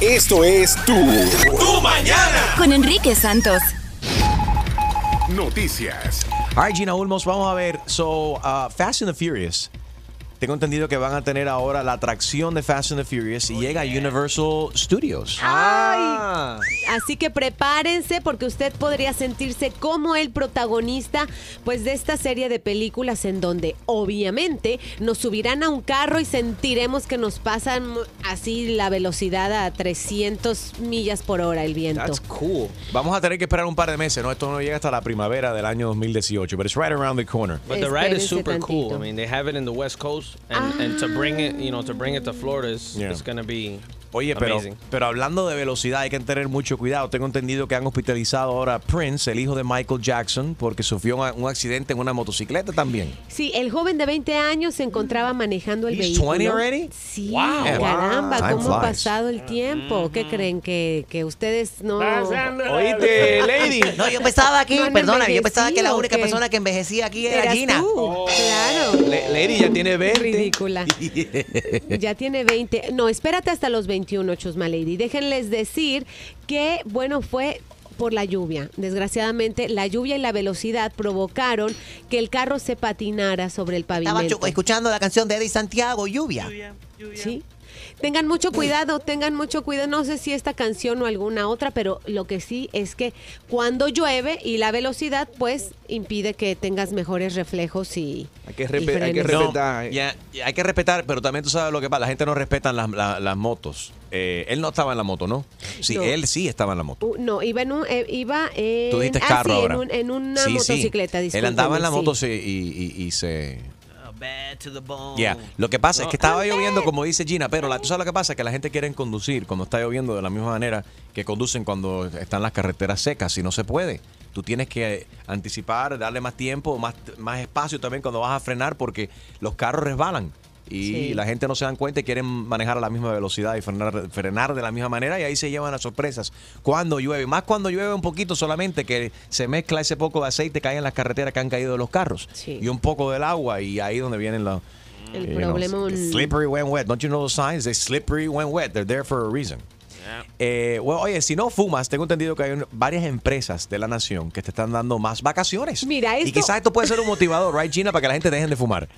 Esto es Tu, tu Mañana. Con Enrique Santos. Noticias. All right, Gina Ulmos, vamos a ver. So, uh, Fast and the Furious. Tengo entendido que van a tener ahora la atracción de Fast and the Furious y llega a Universal Studios. Ah. Ay. Así que prepárense porque usted podría sentirse como el protagonista pues de esta serie de películas en donde obviamente nos subirán a un carro y sentiremos que nos pasan así la velocidad a 300 millas por hora el viento. That's cool. Vamos a tener que esperar un par de meses, ¿no? Esto no llega hasta la primavera del año 2018, but it's right around the corner. But the ride is Espérense super cool. I tantito. mean, they have it in the West Coast, and, and to bring it, you know, to bring it to Florida is Yeah. it's gonna be Oye, pero, amazing. pero hablando de velocidad hay que tener mucho cuidado. Tengo entendido que han hospitalizado ahora a Prince, el hijo de Michael Jackson, porque sufrió un, un accidente en una motocicleta también. Sí, el joven de 20 años se encontraba manejando el Mm. He's vehículo. 20 already? Sí, Wow. caramba, Time cómo ha flies. Mm. pasado el tiempo. ¿Qué creen que, que ustedes no? Oíste, lady. No, yo pensaba aquí, No han perdona, yo pensaba que la envejecido, única ¿o qué? Ah, persona que envejecía aquí era Eras Gina. Oh. tú, Claro. La- lady ya tiene 20. Ridícula. Ya tiene 20. No, espérate hasta los 21, Chusma Lady. Déjenles decir que, bueno, fue por la lluvia. Desgraciadamente, la lluvia y la velocidad provocaron que el carro se patinara sobre el pavimento. Estaba chu- escuchando la canción de Eddie Santiago, Lluvia. Sí. Tengan mucho cuidado, tengan mucho cuidado. No sé si esta canción o alguna otra, pero lo que sí es que cuando llueve y la velocidad, pues impide que tengas mejores reflejos y. Hay que y respe- hay que frenes. respetar. eh. No, ya, ya hay que respetar, pero también tú sabes lo que pasa. La gente no respeta las, la- las motos. Eh, él no estaba en la moto, ¿no? Sí, No. él sí estaba en la moto. Uh, No, iba en un. eh, iba en, Tú dijiste ah, carro sí, ahora. En, un- en una Sí, sí. motocicleta, Él andaba en la discúlpame, moto sí. sí, y, y- y se... Ya, Lo que pasa es que estaba lloviendo, como dice Gina, pero la, tú sabes lo que pasa, que la gente quiere conducir cuando está lloviendo de la misma manera que conducen cuando están las carreteras secas, si no se puede. Tú tienes que eh, anticipar, darle más tiempo, más, más espacio también cuando vas a frenar, porque los carros resbalan. Y Sí. la gente no se dan cuenta y quieren manejar a la misma velocidad y frenar, frenar de la misma manera y ahí se llevan las sorpresas cuando llueve. Más cuando llueve un poquito solamente que se mezcla ese poco de aceite que hay en las carreteras que han caído de los carros. Sí. Y un poco del agua y ahí donde vienen los... El You know, problema. it's un- slippery when wet. Don't you know those signs? They're slippery when wet. They're there for a reason. Eh, bueno, oye, si no fumas, tengo entendido que hay un- varias empresas de la nación que te están dando más vacaciones. Mira, Y esto- quizás esto puede ser un motivador, right, Gina, para que la gente dejen de fumar.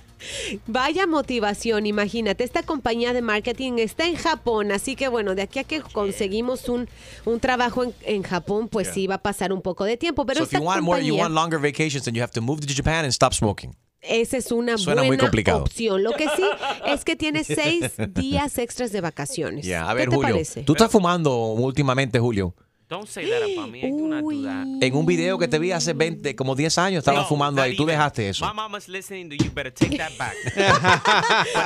Vaya motivación, imagínate, esta compañía de marketing está en Japón, así que bueno, de aquí a que conseguimos un, un trabajo en, en Japón, pues sí va a pasar un poco de tiempo, pero so if esta you want more, you compañía, want longer vacations, then you have to move to Japan and stop smoking. esa es una Suena muy buena complicado. opción. Lo que sí es que tiene seis días extras de vacaciones. Yeah. A ¿Qué ver, te Julio, parece? tú estás fumando últimamente, Julio. Don't say that about me. I Uh. do not do that. En un video que te vi hace 20, como 10 años, estabas No, fumando not ahí. Tú even. dejaste eso. My mama's listening to you. Better take that back.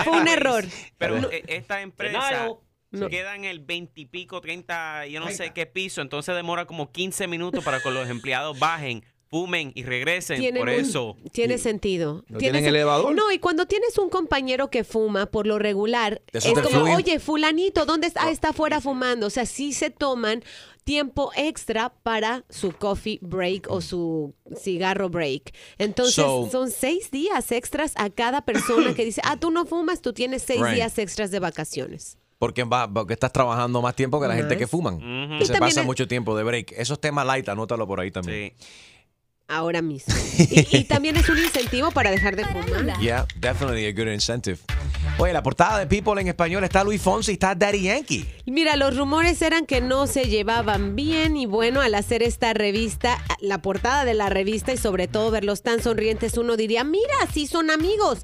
Fue un error. Pero eh, esta empresa Denial. se queda en el 20 y pico, 30, yo no sé qué piso. Entonces demora como 15 minutos para que los empleados bajen, fumen y regresen. Tienen Por un- eso. Tiene sentido. ¿No Tiene tienen sen- elevador? No, y cuando tienes un compañero que fuma, por lo regular, ¿Te es superfluyen? como, oye, fulanito, ¿dónde está? Ah, está afuera fumando. O sea, sí se toman tiempo extra para su coffee break o su cigarro break. Entonces, So- son seis días extras a cada persona que dice, ah, tú no fumas, tú tienes seis Right. días extras de vacaciones. Porque, va- porque estás trabajando más tiempo que la gente Más. que fuman. Ujú. Que Y se también pasa es- mucho tiempo de break. Esos temas light, anótalo por ahí también. Sí. Ahora mismo. Y, y también es un incentivo para dejar de fumar. Yeah, definitely a good incentive. Oye, la portada de People en español está Luis Fonsi y está Daddy Yankee. Mira, los rumores eran que no se llevaban bien y bueno, al hacer esta revista, la portada de la revista y sobre todo verlos tan sonrientes, uno diría, mira, sí son amigos.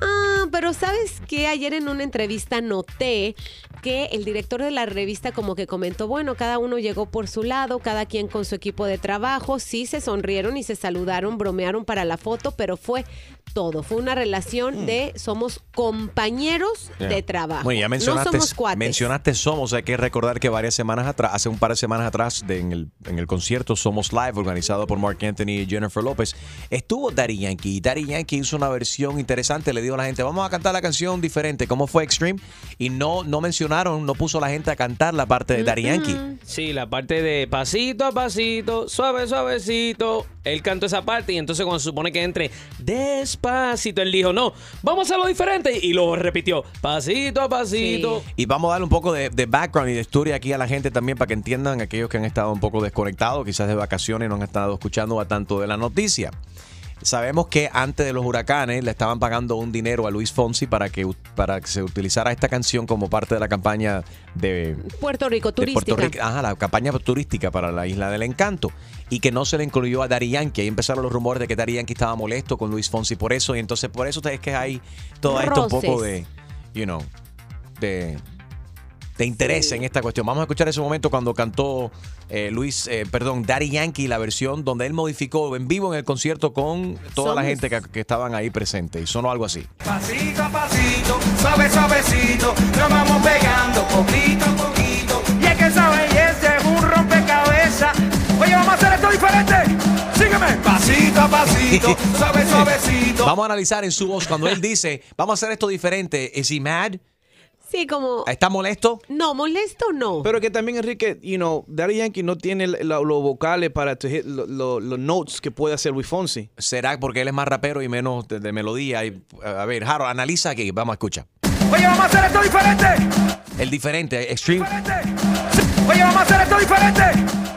Ah, pero sabes que ayer en una entrevista noté que el director de la revista como que comentó, bueno, cada uno llegó por su lado, cada quien con su equipo de trabajo, sí se sonrieron y se saludaron, bromearon para la foto, pero fue todo, fue una relación de somos compañeros de trabajo. Bueno, Mm. ya no mencionaste, somos cuates. mencionaste Somos. Hay que recordar que varias semanas atrás, hace un par de semanas atrás, de- en, el, en el concierto Somos Live, organizado por Mark Anthony y Jennifer López, estuvo Daddy Yankee. Y Daddy Yankee hizo una versión interesante. Le dijo la gente, vamos a cantar la canción diferente, ¿cómo fue Extreme? Y no, no mencionaron, no puso la gente a cantar la parte de Daddy Yankee. Sí, la parte de pasito a pasito, suave, suavecito. Él cantó esa parte y entonces cuando se supone que entre despacito, él dijo, no, vamos a lo diferente. Y lo repitió, pasito a pasito. Y vamos a darle un poco de, de background y de historia aquí a la gente también para que entiendan aquellos que han estado un poco desconectados, quizás de vacaciones, no han estado escuchando a tanto de la noticia. Sabemos que antes de los huracanes le estaban pagando un dinero a Luis Fonsi para que, u- para que se utilizara esta canción como parte de la campaña de, Puerto Rico, de Puerto turística. Rico, ajá, la campaña turística para la Isla del Encanto y que no se le incluyó a Dari Yankee. Ahí empezaron los rumores de que Dari Yankee estaba molesto con Luis Fonsi por eso y entonces por eso es que hay todo esto un poco de, Roces. you know, de, de interés en esta cuestión. Vamos a escuchar ese momento cuando cantó eh, Luis, eh, perdón, Daddy Yankee la versión donde él modificó en vivo en el concierto con toda la Somos- gente que, que estaban ahí presente y sonó algo así. Pasito a pasito, suave suavecito, nos vamos pegando poquito a poquito. Y es que esa belleza es un rompecabezas. Oye, vamos a hacer esto diferente. Sígueme. Pasito a pasito, suave suavecito. Vamos a analizar en su voz cuando él dice, vamos a hacer esto diferente. ¿Is he mad? Sí, como. ¿Está molesto? No, molesto no. Pero que también, Enrique, you know, Daddy Yankee no tiene la- la- los vocales para to hit lo- lo- los notes que puede hacer Luis Fonsi. ¿Será porque él es más rapero y menos de, de melodía? Y, a ver, Jaro, analiza aquí. Vamos a escuchar. Oye, vamos a hacer esto diferente. El diferente, eh, extreme. Oye, vamos a hacer esto diferente.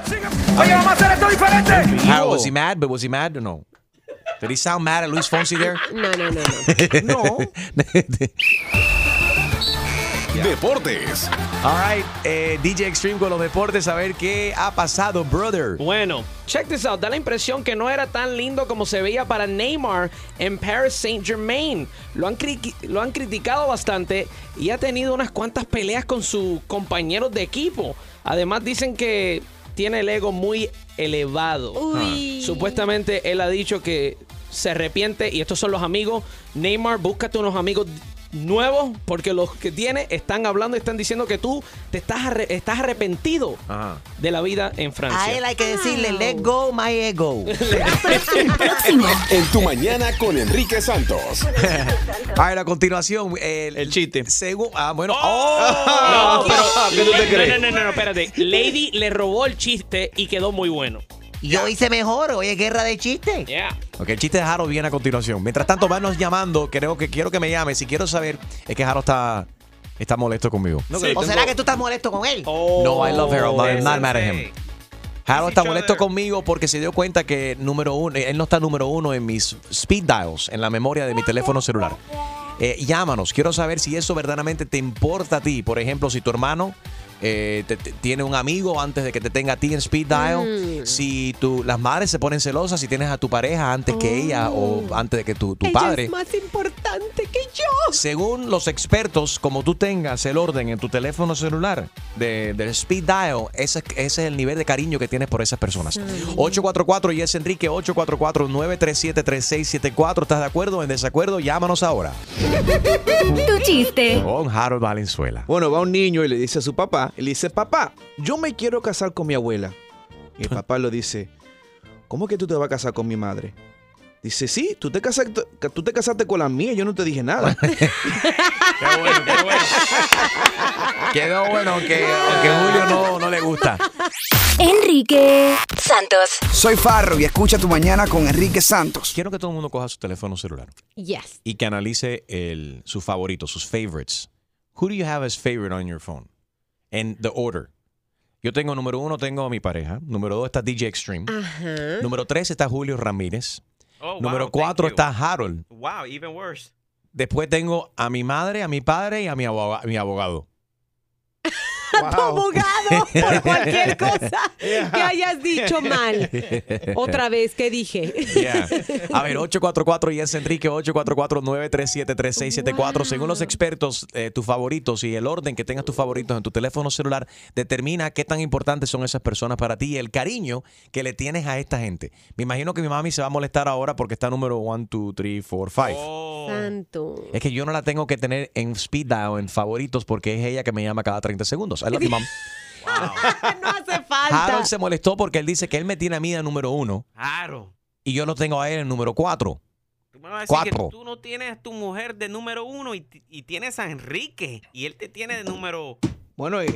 Sígueme. Oye, vamos a hacer esto diferente. Jaro, was he mad? But was he mad? No. Did he sound mad at Luis Fonsi there? No, no, no. no. Deportes. All right, eh, DJ Extreme con los deportes, a ver qué ha pasado, brother. Bueno, check this out. Da la impresión que no era tan lindo como se veía para Neymar en Paris Saint Germain. Lo han, cri- lo han criticado bastante y ha tenido unas cuantas peleas con sus compañeros de equipo. Además dicen que tiene el ego muy elevado. Uy. Supuestamente él ha dicho que se arrepiente y estos son los amigos. Neymar, búscate unos amigos nuevos porque los que tiene están hablando y están diciendo que tú te estás, arre- estás arrepentido de la vida en Francia. A él hay que decirle, let go my ego. En tu mañana con Enrique Santos. All right, a continuación. El, chiste. Según. Ah, bueno. No, ¡Oh! pero, ¿Qué tú te crees? no, no, no, no, espérate. Lady le robó el chiste y quedó muy bueno. Yo hice mejor, hoy es guerra de chistes. Ok, el chiste de Jaro viene a continuación. Mientras tanto, vanos llamando. Creo que quiero que me llame. Si quiero saber, es que Jaro está, está molesto conmigo. ¿O será que tú estás molesto con él? No, I love Harold. I'm not mad at him. Harold está each molesto other. conmigo porque se dio cuenta que número uno, él no está número uno en mis speed dials, en la memoria de mi teléfono celular. Eh, llámanos, quiero saber si eso verdaderamente te importa a ti. Por ejemplo, si tu hermano eh, te- te- tiene un amigo antes de que te tenga a ti en speed Mm. dial, si tu, las madres se ponen celosas, si tienes a tu pareja antes que ella o antes de que tu, tu Oh. Ella padre. es más importante que yo. Según los expertos, como tú tengas el orden en tu teléfono celular de, del speed dial, ese, ese es el nivel de cariño que tienes por esas personas. 844 y es Enrique 844-937-3674. ¿Estás de acuerdo o en desacuerdo? Llámanos ahora. Tu chiste. Con Harold Valenzuela. Bueno, va un niño y le dice a su papá, y le dice, papá, yo me quiero casar con mi abuela. Y el papá lo dice, ¿cómo que tú te vas a casar con mi madre? Dice, sí, tú te casaste, tú te casaste con la mía, yo no te dije nada. Quedó bueno que, que Julio no, no le gusta. Enrique Santos. Soy Farro y escucha tu mañana con Enrique Santos. Quiero que todo el mundo coja su teléfono celular Yes. y que analice el, sus favoritos, sus favorites. Who do you have as favorite on your phone? And the order. Yo tengo número uno, tengo a mi pareja. Número dos está DJ Extreme. Ah, Ajá. Número tres está Julio Ramírez. Oh, wow, Número thank cuatro you. está Harold. Wow, even worse. Después tengo a mi madre, a mi padre y a mi, aboga- mi abogado. abogado Ah, por cualquier cosa que hayas dicho mal. Otra vez, ¿qué dije? Yeah. A ver, 844 y es Enrique 844-937-3674. Ah. Según los expertos, eh, tus favoritos y el orden que tengas tus favoritos en tu teléfono celular determina qué tan importantes son esas personas para ti y el cariño que le tienes a esta gente. Me imagino que mi mami se va a molestar ahora porque está número 1, 2, 3, 4, Oh, 5. Santo. Es que yo no la tengo que tener en speed dial, en favoritos, porque es ella que me llama cada 30 segundos. I love you, mom. No hace falta. Harold se molestó porque él dice que él me tiene a mí de número uno Claro. y yo lo tengo a él en número cuatro. Tú me vas a decir Cuatro. que tú no tienes a tu mujer de número uno y, t- y tienes a Enrique y él te tiene de número... Bueno, y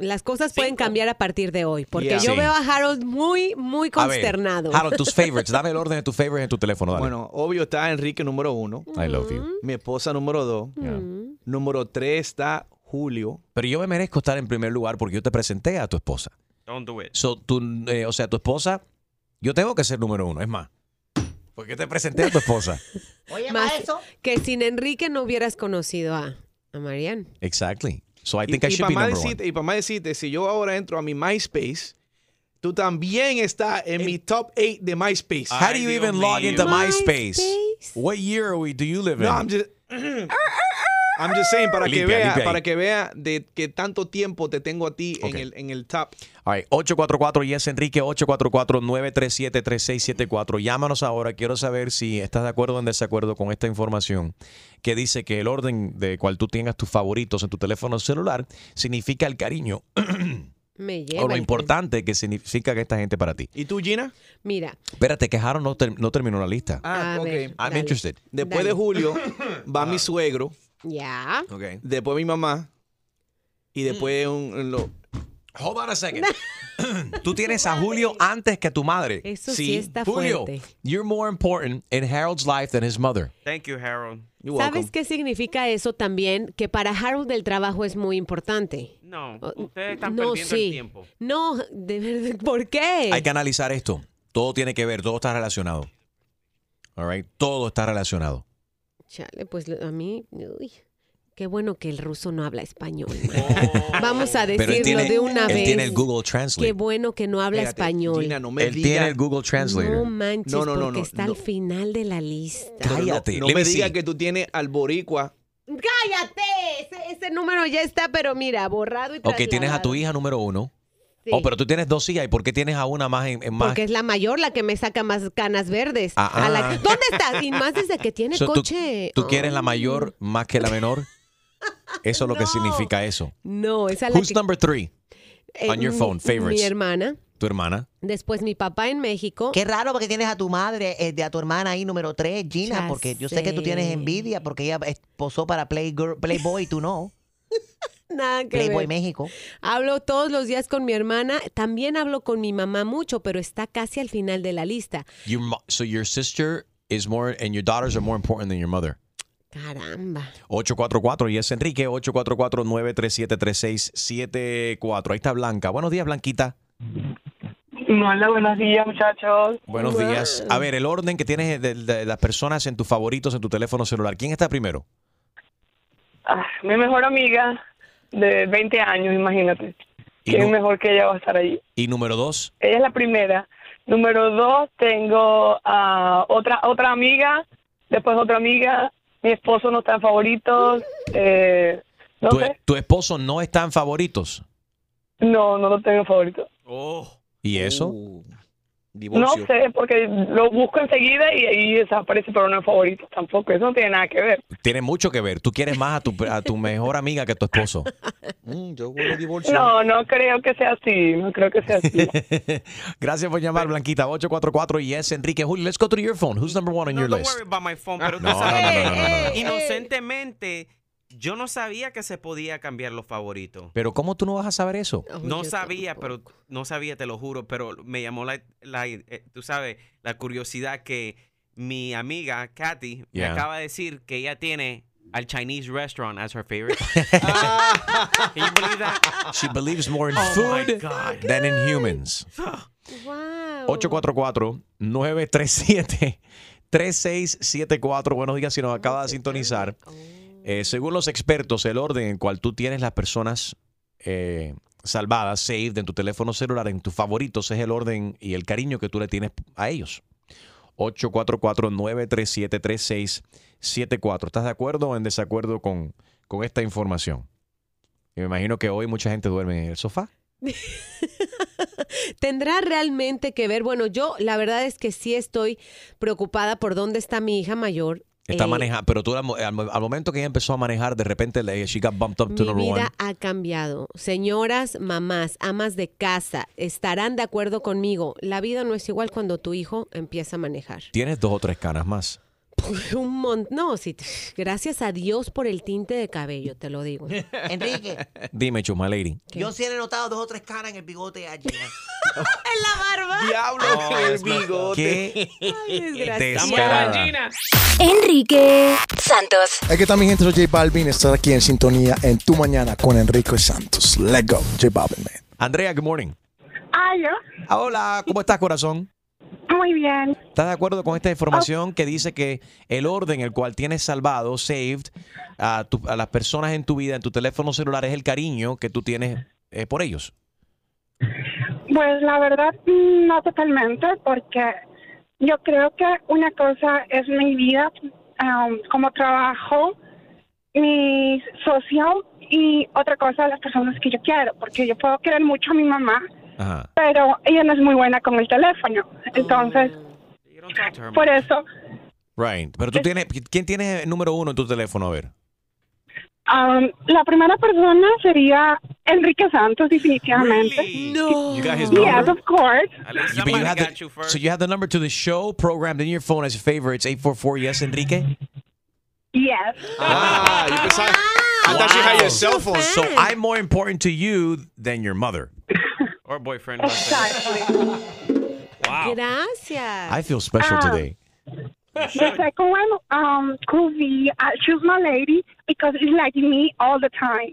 Las cosas pueden cambiar a partir de hoy, porque Yeah. yo Sí. veo a Harold muy, muy A ver, consternado. Harold, tus favorites. Dame el orden de tus favorites en tu teléfono. Dale. bueno, obvio está Enrique número uno. I love you. Mi esposa número dos. Mm. Número tres está Julio. Pero yo me merezco estar en primer lugar porque yo te presenté a tu esposa. Don't do it. So, tú, eh, o sea, tu esposa, yo tengo que ser número uno. Es más, porque te presenté a tu esposa. Más que sin Enrique no hubieras conocido a, a Marianne. Exactly. So I Y, think I y should be para Este number más decirte, y para más decirte, si yo ahora entro a mi MySpace, tú también estás en mi top 8 de MySpace. one. How do you even log into MySpace? What year are we, do you live in? No, I'm just, I'm just saying, para que Limpia, vea, limpia ahí. para que vea de que tanto tiempo te tengo a ti en, el, en el top. All right, 844 Yes Enrique 844-937-3674. Llámanos ahora. Quiero saber si estás de acuerdo o en desacuerdo con esta información que dice que el orden de cual tú tengas tus favoritos en tu teléfono celular significa el cariño Me o lleva. lo importante que significa que esta gente para ti. ¿Y tú, Gina? Mira, Espérate, que Harold no, ter- no terminó la lista. Ah, A ok. ver, I'm dale. interested. Después Dale. de Julio Ah. va mi suegro, ya. después mi mamá y después un... lo- Hold on a second. Tú tienes a Julio antes que a tu madre. Eso sí está Julio, fuerte. you're more important in Harold's life than his mother. Thank you, Harold. ¿Sabes qué significa eso también? Que para Harold el trabajo es muy importante. No, Oh, ustedes están no, perdiendo sí. el tiempo. No, de verdad, ¿por qué? Hay que analizar esto. Todo tiene que ver, todo está relacionado. All right, todo está relacionado. Chale, pues lo- a mí, uy, qué bueno que el ruso no habla español. Vamos a Oh. Pero él decirlo tiene, de una él vez. tiene el Google Qué Translate. bueno que no habla Espérate, español. Gina, no me Él diga- tiene el Google Translator. No manches, No, no, no, porque no, está no. al final de la lista. Pero no- Cállate, No, let me me digas see. que tú tienes al boricua. ¡Cállate! Ese, ese número ya está, pero mira, borrado y Ok, trasladado. tienes a tu hija número uno. Sí. Oh, pero tú tienes dos hijas. ¿Y por qué tienes a una más? En, en más? Porque es la mayor la que me saca más canas verdes. Ah, A la- ah. ¿Dónde estás? Y más desde que tiene So, tú- coche. Oh. ¿Tú quieres la mayor más que la menor? Eso es lo que significa eso. No, esa es la Who's que- number three? eh, on your mi- phone, Mi favorites. hermana. ¿Tu hermana? Después mi papá en México. Qué raro porque tienes a tu madre, eh, de a tu hermana ahí número 3, Gina, Ya porque yo sé que tú tienes sé. envidia porque ella eh, posó para Playgirl- Playboy, tú no. Nada que Playboy ver. México. Hablo todos los días con mi hermana. También hablo con mi mamá mucho, pero está casi al final de la lista. Your mo- so your sister is more and your daughters are more important than your mother. Caramba. 844 y es Enrique 844-937-3674. Ahí está Blanca. Buenos días, Blanquita. Hola, buenos días, muchachos. Buenos días. A ver, el orden que tienes de, de las personas en tus favoritos en tu teléfono celular. ¿Quién está primero? Ah, mi mejor amiga de 20 años, imagínate. Y ¿Quién nu- mejor que ella va a estar allí? Y número dos, Ella es la primera. Número dos, tengo a otra otra amiga, después otra amiga. Mi esposo no está en favoritos. eh, no tu, sé, tu esposo no está en favoritos. no, no lo tengo en favorito. ¿Y eso? No sé, porque lo busco enseguida y ahí desaparece, pero no en favoritos tampoco. Eso no tiene nada que ver. Tiene mucho que ver. Tú quieres más a tu, a tu mejor amiga que a tu esposo. Mm, yo voy a divorcio. No, no creo que sea así. No creo que sea así. Gracias por llamar, Blanquita. 844 y es Enrique. Julio, let's go through your phone. Who's number one on your Don't list? worry about my phone, pero tú No, no, sabes no, que no, no, no, no. inocentemente yo no sabía que se podía cambiar los favoritos. Pero ¿cómo tú no vas a saber eso? No sabía, pero no sabía, te lo juro, pero me llamó la, la- eh, tú sabes, la curiosidad que mi amiga Katy me Yeah. acaba de decir que ella tiene al Chinese restaurant as her favorite. Can you believe that? She believes more in Oh my food God. than in humans. Wow. 844-937-3674. Buenos días, si nos acaba de sintonizar. Eh, según los expertos, el orden en el cual tú tienes las personas eh, salvadas, saved en tu teléfono celular, en tus favoritos, es el orden y el cariño que tú le tienes a ellos. 844-937-3674. ¿Estás de acuerdo o en desacuerdo con, con esta información? Y me imagino que hoy mucha gente duerme en el sofá. ¿Tendrá realmente que ver? Bueno, yo la verdad es que sí estoy preocupada por dónde está mi hija mayor. Está Eh, manejando, pero tú al, mo- al mo- al momento que ella empezó a manejar, de repente le, she got bumped up to Mi number one. vida ha cambiado. Señoras, mamás, amas de casa, estarán de acuerdo conmigo. La vida no es igual cuando tu hijo empieza a manejar. Tienes dos o tres canas más. Un montón. No, sí, gracias a Dios por el tinte de cabello, te lo digo. Enrique, Dime, Chuma Lady. yo sí le he notado dos o tres caras en el bigote en ayer. la barba. Diablo, Oh, el bigote. Descarada. Enrique Santos. Aquí está mi gente, soy J Balvin, estar aquí en sintonía en tu mañana con Enrique Santos. Let's go, J Balvin, man. Andrea, good morning. Aló, Hola, ¿cómo estás, corazón? Ah, muy bien. Oh. ¿Estás de acuerdo con esta información que dice que el orden en el cual tienes salvado, saved, a, tu- a las personas en tu vida, en tu teléfono celular, es el cariño que tú tienes eh, por ellos? Pues la verdad, mm, no totalmente, porque yo creo que una cosa es mi vida um, como trabajo, mi socio, y otra cosa las personas que yo quiero, porque yo puedo querer mucho a mi mamá, Ajá. pero ella no es muy buena con el teléfono. Entonces, por eso, Right. Pero tú tienes, ¿quién tienes el número uno en tu teléfono? A ver. um, la primera persona sería Enrique Santos, definitivamente. No. You got his Yes, number? of course. You- but you have the- so you have the number to the show programmed in your phone as your favorite. It's 844 Yes Enrique. Yes. Ah, yo pensaba. I thought you had your cell phone. So I'm more important to you than your mother. Or boyfriend. Exactly. Gracias. I feel special Uh, Ah. today. The second one um, could be I choose my lady because it's like me all the time.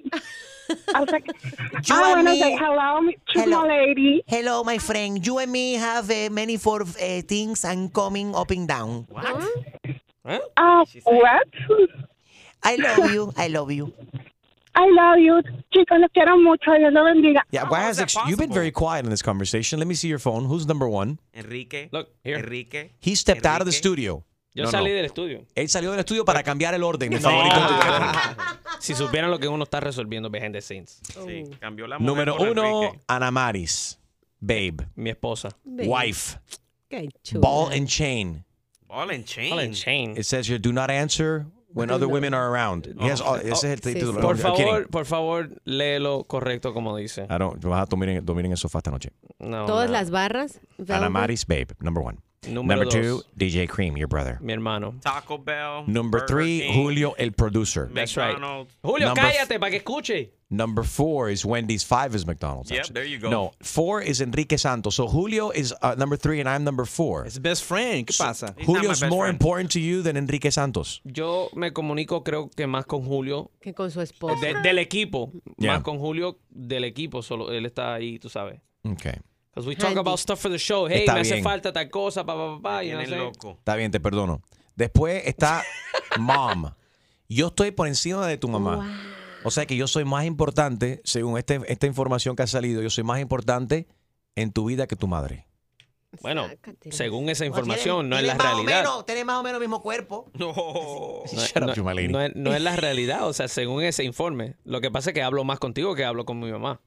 I was like, You I and want to me. say Ah, hello, me- choose my lady. Hello, my friend. You and me have eh, many for eh, things and coming up and down. What? Uh, Mm. what? I love you. I love you. I love you. Chicos, los quiero mucho. Dios los bendiga. Yeah, why has ex- you've been very quiet in this conversation? Let me see your phone. Who's number one? Enrique. Look, here. Enrique. He stepped out of the studio. Yo No, salí no. del estudio. Él salió del estudio para cambiar el orden de No. favorito en tu teléfono. Si supieran lo que uno está resolviendo behind the scenes. Sí, cambió la mujer Número por uno, Enrique. Ana Maris. Babe. Mi esposa. Babe. Wife. Qué chulo. Ball and chain. Ball and chain. Ball and chain. It says here, do not answer when other women are around. Yes, oh, ese es el título. Por I'm kidding. favor, por favor, léelo correcto como dice. I don't, vas a dormir en, dormir en el sofá esta noche. No, Todas no. las barras. Ana velvet. Maris, babe, number one. Número number two, dos. DJ Cream, your brother. Mi hermano. Taco Bell. Number Burger three, King, Julio, el producer. That's right. McDonald's. Julio, Number- cállate para que escuche. Number four is Wendy's. Five is McDonald's. Yep, actually. there you go. No, four is Enrique Santos. So Julio is uh, number three, and I'm number four. It's best friend. ¿Qué pasa? Julio's more important to you than Enrique Santos. Yo me comunico creo que más con Julio Que con su esposa. de- del equipo. Yeah. Más con Julio del equipo. Solo él está ahí, tú sabes. Okay. Because we talk Handy. about stuff for the show. Hey, Está me hace bien. falta tal cosa, pa, pa, pa, pa. y no sé. Está bien, te perdono. Después está mom. Yo estoy por encima de tu mamá. O sea que yo soy más importante, según este- esta información que ha salido, yo soy más importante en tu vida que tu madre. Bueno, según esa Bueno, información, tienen- no es la tienen más o realidad. menos- tienen más o menos el mismo cuerpo. No. No, es- no- no es, no es la realidad, o sea, según ese informe. Lo que pasa es que hablo más contigo que hablo con mi mamá.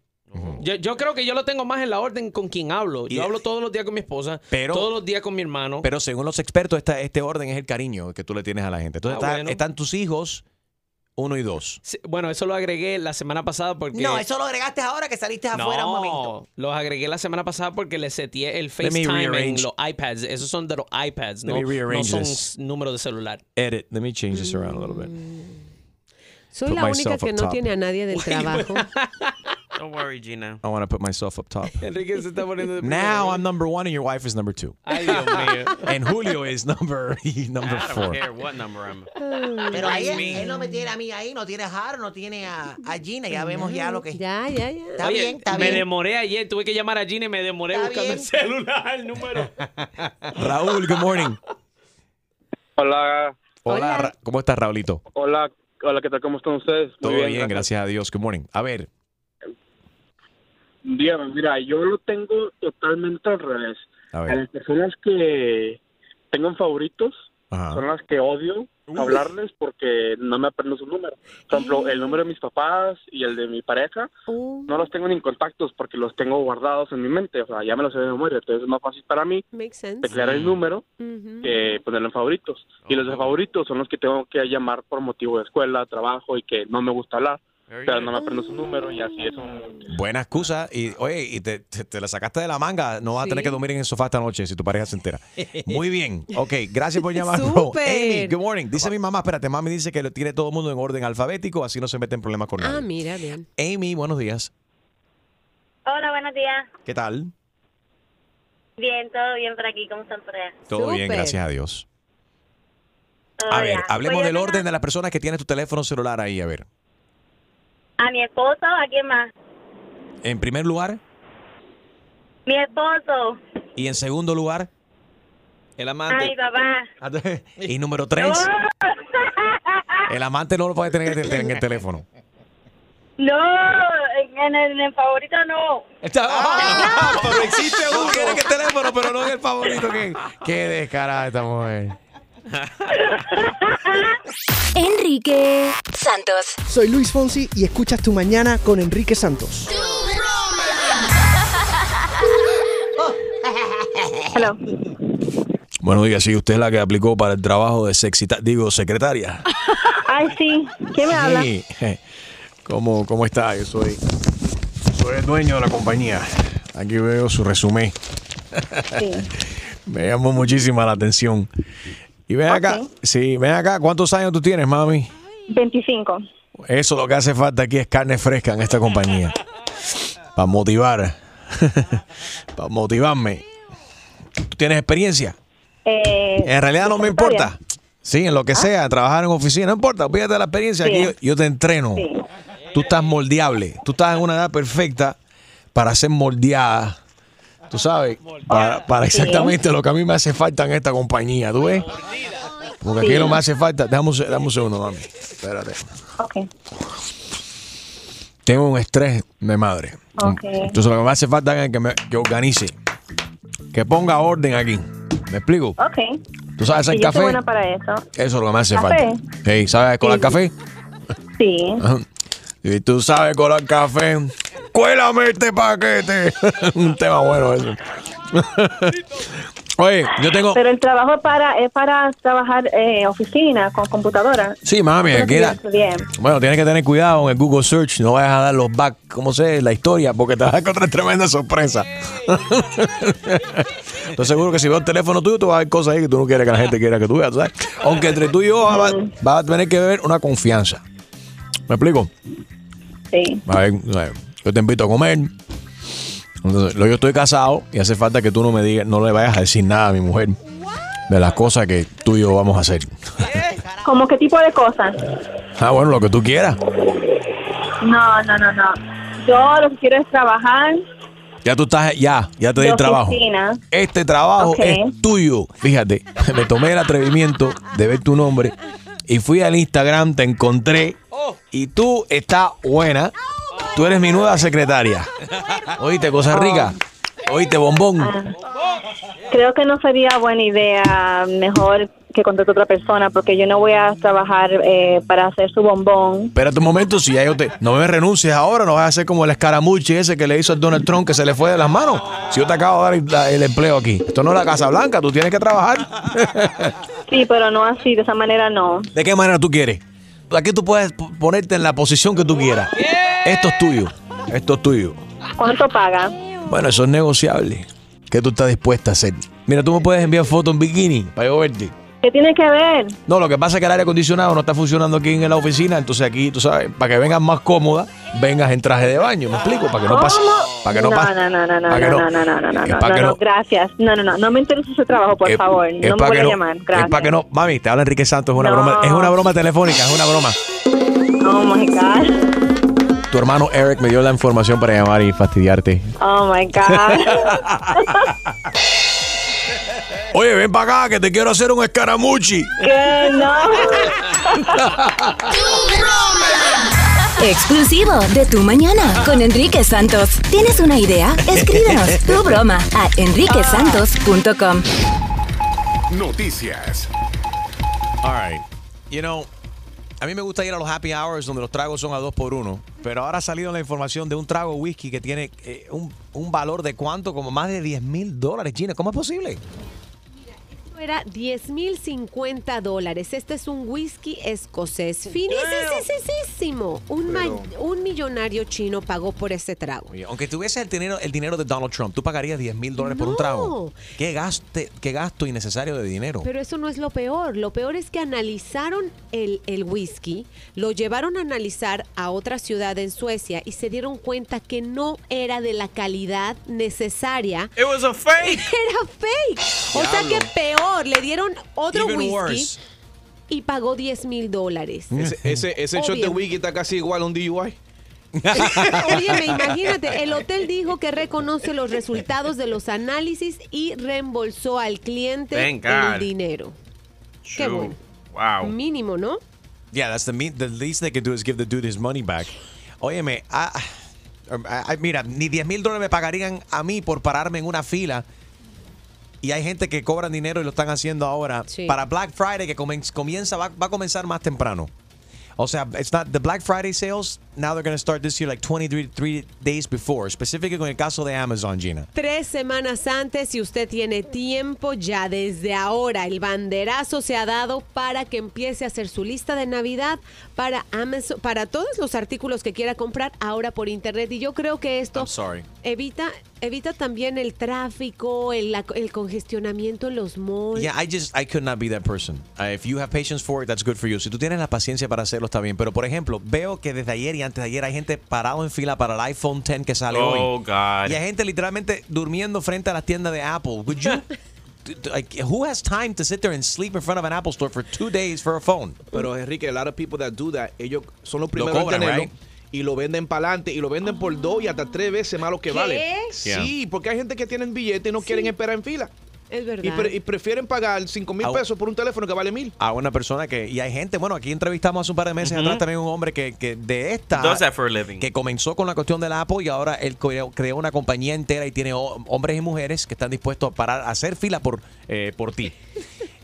Yo, yo creo que yo lo tengo más en la orden con quien hablo. Yo hablo todos los días con mi esposa, Pero- todos los días con mi hermano. Pero según los expertos, esta- este orden es el cariño que tú le tienes a la gente. Entonces Ah, está- bueno. están tus hijos, uno y dos. Sí, bueno, eso lo agregué la semana pasada porque... No, eso lo agregaste ahora que saliste afuera un momento. No, los agregué la semana pasada porque le seteé el Let me FaceTime en rearrange. los iPads. Esos son de los iPads, Let no, me rearrange no son this. s- números de celular. Edit. Let me change this around a little bit. Soy Put la única myself que up no top. tiene a nadie del trabajo. Don't worry, Gina. I want to put myself up top. Enrique se está poniendo de Now I'm number one and your wife is number two. Ay, Dios mío. And Julio is number number I don't four. care what number I'm. Pero Ay, ahí él, mi. él no me tiene a mí ahí, no tiene a Jaro, no tiene a, a Gina, ya vemos ya lo que... Ya, ya, ya. Está Oye, bien, está me bien. demoré ayer, tuve que llamar a Gina y me demoré Está buscando el bien. celular, el número. Raúl, good morning. Hola, Hola, Ra- ¿cómo estás, Raulito? hola, hola, ¿qué tal? ¿Cómo están ustedes? Muy Todo bien, gracias a Dios. Good morning. A ver, Dígame, mira, yo lo tengo totalmente al revés. a A las ver. personas que tengan favoritos Ajá. son las que odio hablarles porque no me aprendo su número. Por ejemplo, el número de mis papás y el de mi pareja Oh, no los tengo ni en contactos porque los tengo guardados en mi mente. O sea, ya me los sé de memoria. Entonces es más fácil para mí Makes sense. declarar el número Ujú. que ponerlo en favoritos. Y los de favoritos son los que tengo que llamar por motivo de escuela, trabajo y que no me gusta hablar. pero no me aprendo su número y así es un... Buena excusa. Y oye, y te, te- te la sacaste de la manga. No vas a tener que dormir en el sofá esta noche si tu pareja se entera. Muy bien. Ok, gracias por llamarnos. Súper. Amy, good morning. Dice mi mamá, espérate, mami dice que lo tiene todo el mundo en orden alfabético, así no se meten problemas con Ah, nadie. mira, bien. Amy, buenos días. Hola, buenos días. ¿Qué tal? Bien, todo bien por aquí, ¿cómo están por allá? Todo bien, gracias a Dios. A ver, hablemos del orden de las personas que tiene tu teléfono celular ahí, a ver. A mi esposo, ¿a quién más? En primer lugar Mi esposo, y en segundo lugar. El a mi papá. Ah, Y número tres, el amante no lo puede tener en el- en el teléfono. No, en- en el, en el favorito no. Está- ¡Ah! pero existe uno. Tiene que teléfono, pero no es el favorito. que Qué descarada esta mujer. Enrique Santos. Soy Luis Fonsi y escuchas Tu Mañana con Enrique Santos. Hello. Bueno, diga, sí, usted es la que aplicó para el trabajo de sexita, digo, secretaria. Ay, sí. ¿Quién me habla? Sí. ¿Cómo, ¿Cómo está? Yo soy, soy el dueño de la compañía. Aquí veo su resumen. Me llamó muchísima la atención. Y ven acá, sí, ven acá, ¿cuántos años tú tienes, mami? 25. Eso lo que hace falta aquí es carne fresca en esta compañía. Para motivar. Para motivarme. ¿Tú tienes experiencia? Eh, En realidad no me importa. Sí, en lo que sea, trabajar en oficina, no importa. Fíjate la experiencia. Ah. Sí. Aquí yo, yo te entreno. Tú estás moldeable. Tú estás en una edad perfecta para ser moldeada. Tú sabes, para, para Sí. exactamente lo que a mí me hace falta en esta compañía. ¿Tú ves? Porque aquí Sí. no me hace falta. Dame un, se- dame un segundo, mami. Espérate. Ok. Mm, Tengo un estrés de madre. Ok. Entonces lo que me hace falta es que, me, que organice. Que ponga orden aquí. ¿Me explico? Ok. ¿Tú sabes hacer Sí, yo soy café? buena para eso. Eso es lo que me hace ¿Café? falta. Hey, ¿Sabes colar café? Sí. Ajá. Y tú sabes colar café. Cuélame este paquete. Un tema bueno eso. Oye, yo tengo... Pero el trabajo es para, es para trabajar eh, oficina con computadora. Sí, mami, Eso aquí yo la- estudié. Bueno, tienes que tener cuidado en el Google Search. No vayas a dar los back, ¿cómo sé? La historia, porque te vas a encontrar tremenda sorpresa. Estoy seguro que si veo el teléfono tuyo, tú vas a ver cosas ahí que tú no quieres que la gente quiera que tú veas, ¿sabes? Aunque entre tú y yo vas, a- vas a tener que ver una confianza. ¿Me explico? Sí. A ver, a ver, yo te invito a comer. Entonces, lo- yo estoy casado y hace falta que tú no me digas, no le vayas a decir nada a mi mujer de las cosas que tú y yo vamos a hacer. ¿Cómo qué tipo de cosas? Ah, bueno, lo que tú quieras. No, no, no, no. Yo lo que quiero es trabajar Ya tú estás, ya, ya te di de el trabajo. oficina. Este trabajo Ok. es tuyo. Fíjate, me tomé el atrevimiento de ver tu nombre y fui al Instagram, te encontré y tú estás buena. Tú eres mi nueva secretaria. Oíste, cosa rica. Oíste, bombón. Creo que no sería buena idea mejor que contrate otra persona porque yo no voy a trabajar eh, para hacer su bombón. Espérate un momento, si ya yo te. No me renuncies ahora, no vas a hacer como el escaramuche ese que le hizo a Donald Trump que se le fue de las manos. Si yo te acabo de dar el, el empleo aquí. Esto no es la Casa Blanca, tú tienes que trabajar. Sí, pero no así, de esa manera no. ¿De qué manera tú quieres? Aquí tú puedes p- ponerte en la posición que tú quieras. Esto es tuyo. Esto es tuyo. ¿Cuánto paga? Bueno, eso es negociable. ¿Qué tú estás dispuesta a hacer? Mira, tú me puedes enviar fotos en bikini para yo verte. ¿Qué tiene que ver? No, lo que pasa es que el aire acondicionado no está funcionando aquí en la oficina, entonces aquí, tú sabes, para que vengas más cómoda, vengas en traje de baño, ¿me explico? Para que no pase, para que no, pase, No, no, no, no, para que no, no- no, no, no, no, no, es para que no, no- gracias. No, no, no, no me interesa su trabajo, por es- favor. Eh, es No me para vuelva que a no- llamar, Es para gracias. que no, mami, te habla Enrique Santos, es una No. broma, es una broma telefónica, es una broma. Oh my God. Tu hermano Eric me dio la información para llamar y fastidiarte. Oh my God. Oye, ven para acá que te quiero hacer un escaramuchi. que no. Exclusivo de tu mañana con Enrique Santos. ¿Tienes una idea? Escríbenos tu broma a enriquesantos.com. Noticias. All right. You know, a mí me gusta ir a los happy hours donde los tragos son a dos por uno. Pero ahora ha salido la información de un trago whisky que tiene eh, un, un valor de cuánto, como más de 10 mil dólares, China. ¿Cómo es posible? Esto era 10.050 dólares. Este es un whisky escocés. Finísimo. Un, ma- Pero- un millonario chino pagó por ese trago. Oye, aunque tuviese el dinero, el dinero de Donald Trump, ¿tú pagarías 10 mil dólares por No. un trago? ¿Qué, gaste, ¿Qué gasto innecesario de dinero? Pero eso no es lo peor. Lo peor es que analizaron el, el whisky, lo llevaron a analizar a otra ciudad en Suecia y se dieron cuenta que no era de la calidad necesaria. Eh. It was a fake. Era fake. O sea que Diablo. peor, le dieron otro Even whisky worse. y pagó 10 mil dólares. Ese, ese, ese shot de Obvio. wiki está casi igual a un DUI. Óyeme, imagínate, el hotel dijo que reconoce los resultados de los análisis y reembolsó al cliente Thank God. el dinero. Qué True. bueno. Wow. Mínimo, ¿no? Yeah, that's the me- the least they could do is give the dude his money back. Óyeme, ah, ah, ah, mira, ni 10 mil dólares me pagarían a mí por pararme en una fila. Y hay gente que cobran dinero y lo están haciendo ahora. Para Black Friday, que comen- comienza, va, va a comenzar más temprano. O sea, it's not the Black Friday sales. Now they're going to start this year like 23 three days before. Específicamente con el caso de Amazon, Gina. Tres semanas antes, si usted tiene tiempo, ya desde ahora el banderazo se ha dado para que empiece a hacer su lista de Navidad para Amazon, para todos los artículos que quiera comprar ahora por internet. Y yo creo que esto I'm sorry. evita, evita también el tráfico, el, la- el congestionamiento en los malls. Yeah, I just I could not be that person. Uh, if you have patience for it, that's good for you. Si tú tienes la paciencia para hacerlo, está bien. Pero por ejemplo, veo que desde ayer y antes de ayer hay gente parado en fila para el iPhone 10 que sale Oh, hoy. God. Y hay gente literalmente durmiendo frente a la tienda de Apple. Would you? d- d- like, who has time to sit there and sleep in front of an Apple store for two days for a phone? Pero Enrique, a lot of people that do that, ellos son los Lo primeros cobran, en tenerlo. right? Y lo venden para adelante y lo venden por dos y hasta tres veces más lo que ¿Qué? vale. Yeah. Sí, porque hay gente que tienen billete y no quieren esperar en fila. Es verdad. Y, pre- y prefieren pagar cinco mil Ah, pesos por un teléfono que vale mil. A una persona que. Y hay gente, bueno, aquí entrevistamos hace un par de meses Ujú. atrás también un hombre que, que de esta. Does that for a living. que comenzó con la cuestión del Apple y ahora él creó, creó una compañía entera y tiene ho- hombres y mujeres que están dispuestos a parar, a hacer fila por, eh, por ti.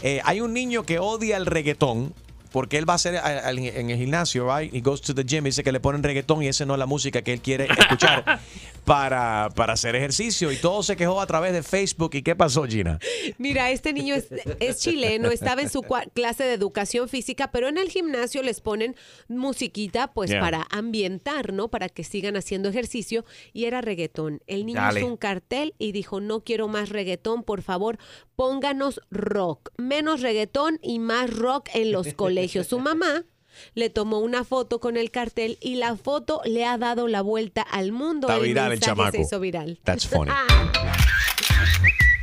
Eh, hay un niño que odia el reggaetón porque él va a hacer a- al- en el gimnasio, right? He goes to the gym y dice que le ponen reggaetón y esa no es la música que él quiere escuchar para, para hacer ejercicio. Y todo se quejó a través de Facebook. ¿Y qué pasó, Gina? Mira, este niño es, es chileno, estaba en su cua- clase de educación física, pero en el gimnasio les ponen musiquita pues Yeah. para ambientar, ¿no? Para que sigan haciendo ejercicio y era reggaetón. El niño Dale. hizo un cartel y dijo, no quiero más reggaetón, por favor, pónganos rock. Menos reggaetón y más rock en los colegios. Su mamá le tomó una foto con el cartel y la foto le ha dado la vuelta al mundo. Está viral el mensaje chamaco. Se hizo viral. Ah. That's funny.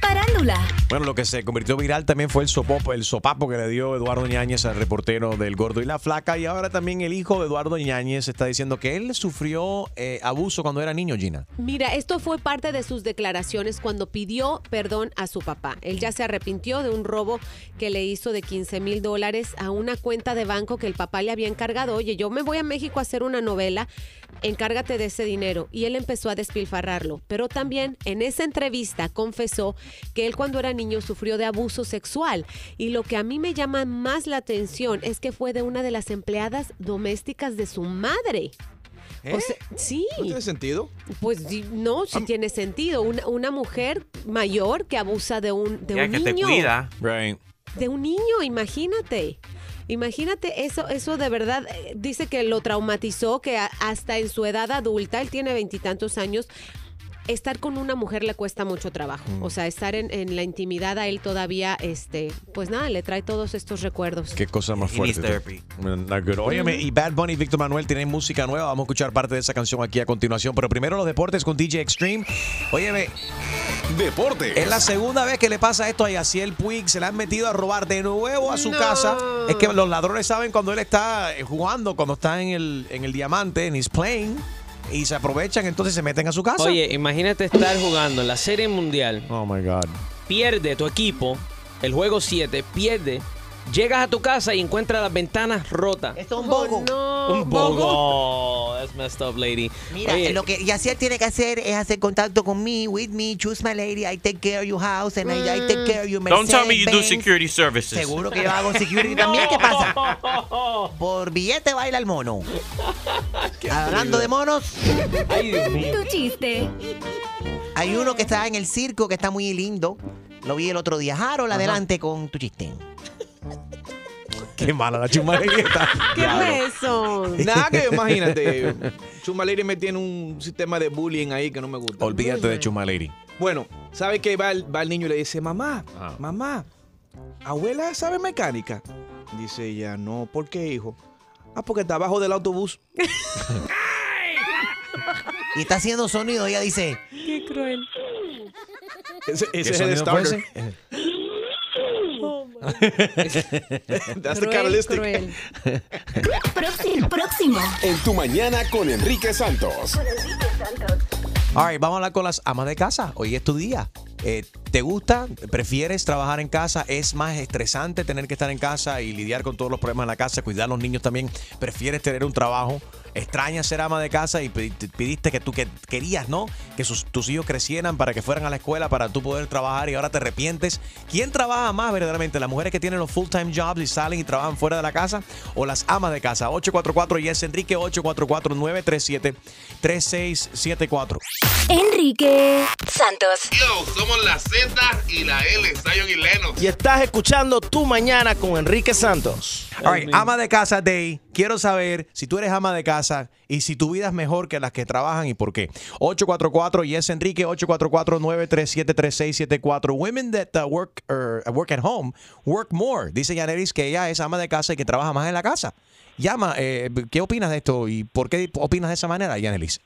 Parándula, Bueno, lo que se convirtió viral también fue el sopopo, el sopapo que le dio Eduardo Ñañez al reportero del Gordo y la Flaca. Y ahora también el hijo de Eduardo Ñañez está diciendo que él sufrió eh, abuso cuando era niño, Gina. Mira, esto fue parte de sus declaraciones cuando pidió perdón a su papá. Él ya se arrepintió de un robo que le hizo de 15 mil dólares a una cuenta de banco que el papá le había encargado. Oye, yo me voy a México a hacer una novela, encárgate de ese dinero. Y él empezó a despilfarrarlo. Pero también en esa entrevista confesó que él cuando era niño sufrió de abuso sexual. Y lo que a mí me llama más la atención es que fue de una de las empleadas domésticas de su madre. ¿Eh? O sea, sí. ¿No tiene sentido? Pues di- no, si tiene sentido. Una, una mujer mayor que abusa de un, de Ya un que te niño. cuida. Right. De un niño, imagínate. Imagínate eso, eso de verdad eh, dice que lo traumatizó, que a- hasta en su edad adulta, él tiene veintitantos años, estar con una mujer le cuesta mucho trabajo. Mm. O sea, estar en, en la intimidad a él todavía, este, pues nada, le trae todos estos recuerdos. Qué cosa más He fuerte. needs tú. therapy. Not good. Óyeme, y Bad Bunny y Víctor Manuel tienen música nueva. Vamos a escuchar parte de esa canción aquí a continuación. Pero primero los deportes con DJ Extreme. Óyeme. Deportes. Es la segunda vez que le pasa esto a Yaciel Puig. Se la han metido a robar de nuevo a su casa. Es que los ladrones saben cuando él está eh, jugando, cuando está en el, en el diamante, en his playing. Y se aprovechan, entonces se meten a su casa. Oye, imagínate estar jugando en la Serie Mundial. Oh my God. Pierde tu equipo, el juego 7, pierde. Llegas a tu casa y encuentras las ventanas rotas. Esto es un bogo. Un bogo. That's messed up, lady. Mira, Oye, lo que Yaciel tiene que hacer es hacer contacto con me, with me, choose my lady, I take care of your house, and I, I take care of your Don't Mercedes. tell me you do Benz. security services. Seguro que yo hago security también, ¿qué pasa? Por billete baila el mono. Mm. Hablando de monos. tu chiste. Hay uno que está en el circo que está muy lindo. Lo vi el otro día. Harold, Ajá. adelante con tu chiste. Qué mala la chumareguita. ¿Qué fue eso? Nada que imagínate. Chumaleri me tiene un sistema de bullying ahí que no me gusta. Olvídate de Chumaleri. Bueno, ¿sabe que va el, va el niño y le dice, mamá, Ah. mamá, abuela sabe mecánica? Dice ella, no, ¿por qué, hijo? Ah, porque está abajo del autobús. Y está haciendo sonido, ella dice. Qué cruel. Ese, ¿Qué ese es el sonido fue starter. Eh, That's the Cruel, catalytic. cruel. Próximo, próximo. En tu mañana con Enrique Santos. All right, vamos a hablar con las amas de casa. Hoy es tu día. Eh, ¿Te gusta? ¿Prefieres trabajar en casa? ¿Es más estresante tener que estar en casa y lidiar con todos los problemas en la casa, cuidar a los niños también? ¿Prefieres tener un trabajo? ¿Extrañas ser ama de casa y pi- te- pidiste que tú que querías, ¿no? Que sus- tus hijos crecieran para que fueran a la escuela, para tú poder trabajar y ahora te arrepientes. ¿Quién trabaja más verdaderamente? ¿Las mujeres que tienen los full-time jobs y salen y trabajan fuera de la casa o las amas de casa? 844 y es Enrique 844 937 3674. Enrique Santos. Somos la Z y la L, Zion y Leno. Y estás escuchando Tu Mañana con Enrique Santos. All right, ama de casa Day. Quiero saber si tú eres ama de casa y si tu vida es mejor que las que trabajan y por qué. 844 yes Enrique 844 937 3674. Women that uh, work er, work at home work more. Dice Yaneris que ella es ama de casa y que trabaja más en la casa. Llama, eh, ¿qué opinas de esto y por qué opinas de esa manera, Yaneris?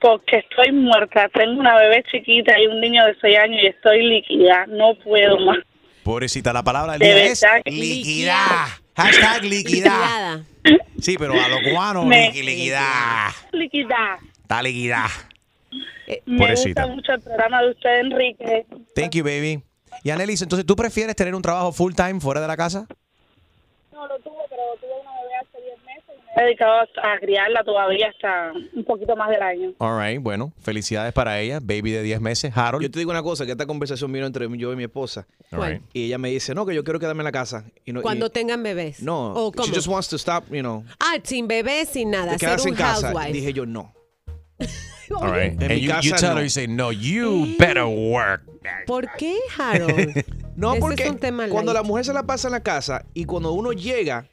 Porque estoy muerta. Tengo una bebé chiquita y un niño de 6 años y estoy líquida. No puedo más. Pobrecita, la palabra del De día es verdad que- liquidad. Hashtag liquidad. Sí, pero a los cubanos Me- liqui- liquidad. Líquida. Está liquidad. Me Pobrecita. gusta mucho el programa de usted, Enrique. Thank you, baby. Y Annelies, entonces, ¿tú prefieres tener un trabajo full time fuera de la casa? No, lo tuve, pero tuve una bebé hace 10 meses y me he dedicado a criarla todavía hasta un poquito más del año. All right, bueno, felicidades para ella, baby de 10 meses, Harold. Yo te digo una cosa, que esta conversación vino entre yo y mi esposa. All right. Y ella me dice, no, que yo quiero quedarme en la casa. Y no, y- Cuando tengan bebés. no, ¿O she cómo? just wants to stop, you know, Ah, sin bebés, sin nada. de Ser quedarse un en casa. housewife. Dije yo, no. All right. En And mi you, you casa, tell no. her, you say, no, you better work. ¿Por qué, Harold? No, Ese es porque un tema cuando light. la mujer se la pasa en la casa y cuando uno llega,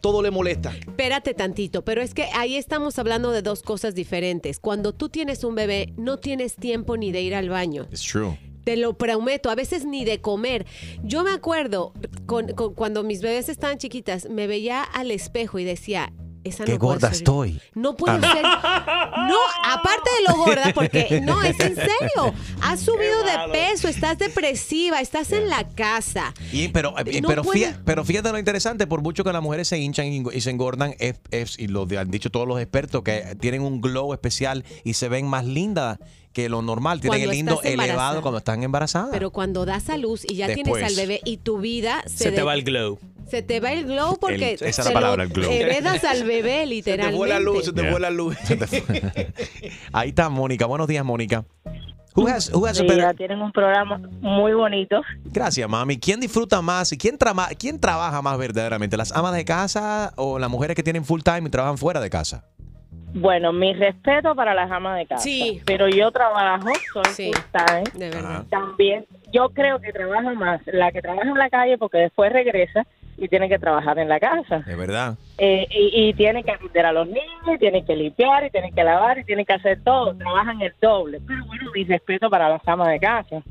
todo le molesta. Espérate tantito, pero es que ahí estamos hablando de dos cosas diferentes. Cuando tú tienes un bebé, no tienes tiempo ni de ir al baño. It's true. Te lo prometo, a veces ni de comer. Yo me acuerdo con- con- cuando mis bebés estaban chiquitas, me veía al espejo y decía, esa no Qué puedo gorda ser yo". estoy. No puedo Ah, no. ser. No, aparte de lo gorda, porque no, es en serio. Has subido de peso, estás depresiva, estás en la casa. Y, pero, eh, No pero, puede- fía- pero fíjate lo interesante, por mucho que las mujeres se hinchan y, y se engordan, es, es- y lo de- han dicho todos los expertos, que tienen un glow especial y se ven más lindas que lo normal. Tienen Cuando el lindo estás embarazada. elevado cuando están embarazadas. Pero cuando das a luz y ya Ah. Después. tienes al bebé y tu vida se, Se te de- va el glow. Se te va el glow El- porque esa es la se palabra, el lo glow. heredas al bebé Se literalmente. te fue la luz, se te Yeah. fue la luz. Ahí está Mónica. Buenos días, Mónica. Who has- who has a Sí, better- ya tienen un programa muy bonito. Gracias, mami. ¿Quién disfruta más y quién, trama- quién trabaja más verdaderamente? ¿Las amas de casa o las mujeres que tienen full time y trabajan fuera de casa? Bueno, mi respeto para las amas de casa. Sí. Pero yo trabajo, soy full time. De verdad. También, yo creo que trabaja más la que trabaja en la calle porque después regresa y tiene que trabajar en la casa. Es verdad. Eh, y, y tiene que atender a los niños, y tiene que limpiar, y tiene que lavar, y tiene que hacer todo. Trabajan el doble. Pero bueno, mi respeto para las amas de casa.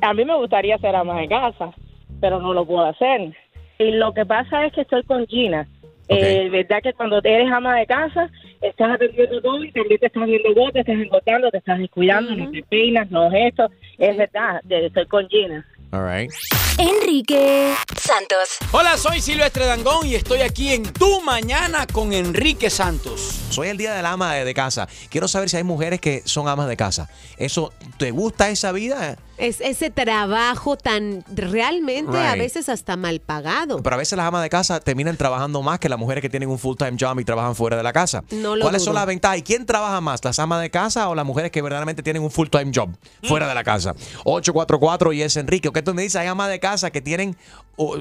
A mí me gustaría ser ama de casa, pero no lo puedo hacer. Y lo que pasa es que estoy con Gina. Eh, verdad que cuando eres ama de casa, estás atendiendo todo y también te estás viendo vos, te estás engordando, te estás descuidando, no te peinas, no es esto. Es verdad, de- estoy con Gina. All right. Enrique Santos. Hola, soy Silvestre Dangón y estoy aquí en Tu Mañana con Enrique Santos. Soy el día del ama de, de casa. Quiero saber si hay mujeres que son amas de casa. ¿Eso te gusta esa vida? Es ese trabajo tan realmente a Right. veces hasta mal pagado. Pero a veces las amas de casa terminan trabajando más que las mujeres que tienen un full time job y trabajan fuera de la casa. No lo ¿Cuáles dudo. son las ventajas? ¿Y quién trabaja más? ¿Las amas de casa o las mujeres que verdaderamente tienen un full time job fuera de la casa? 844 y es Enrique. ¿O qué tú me dices? Hay amas de casa que tienen o,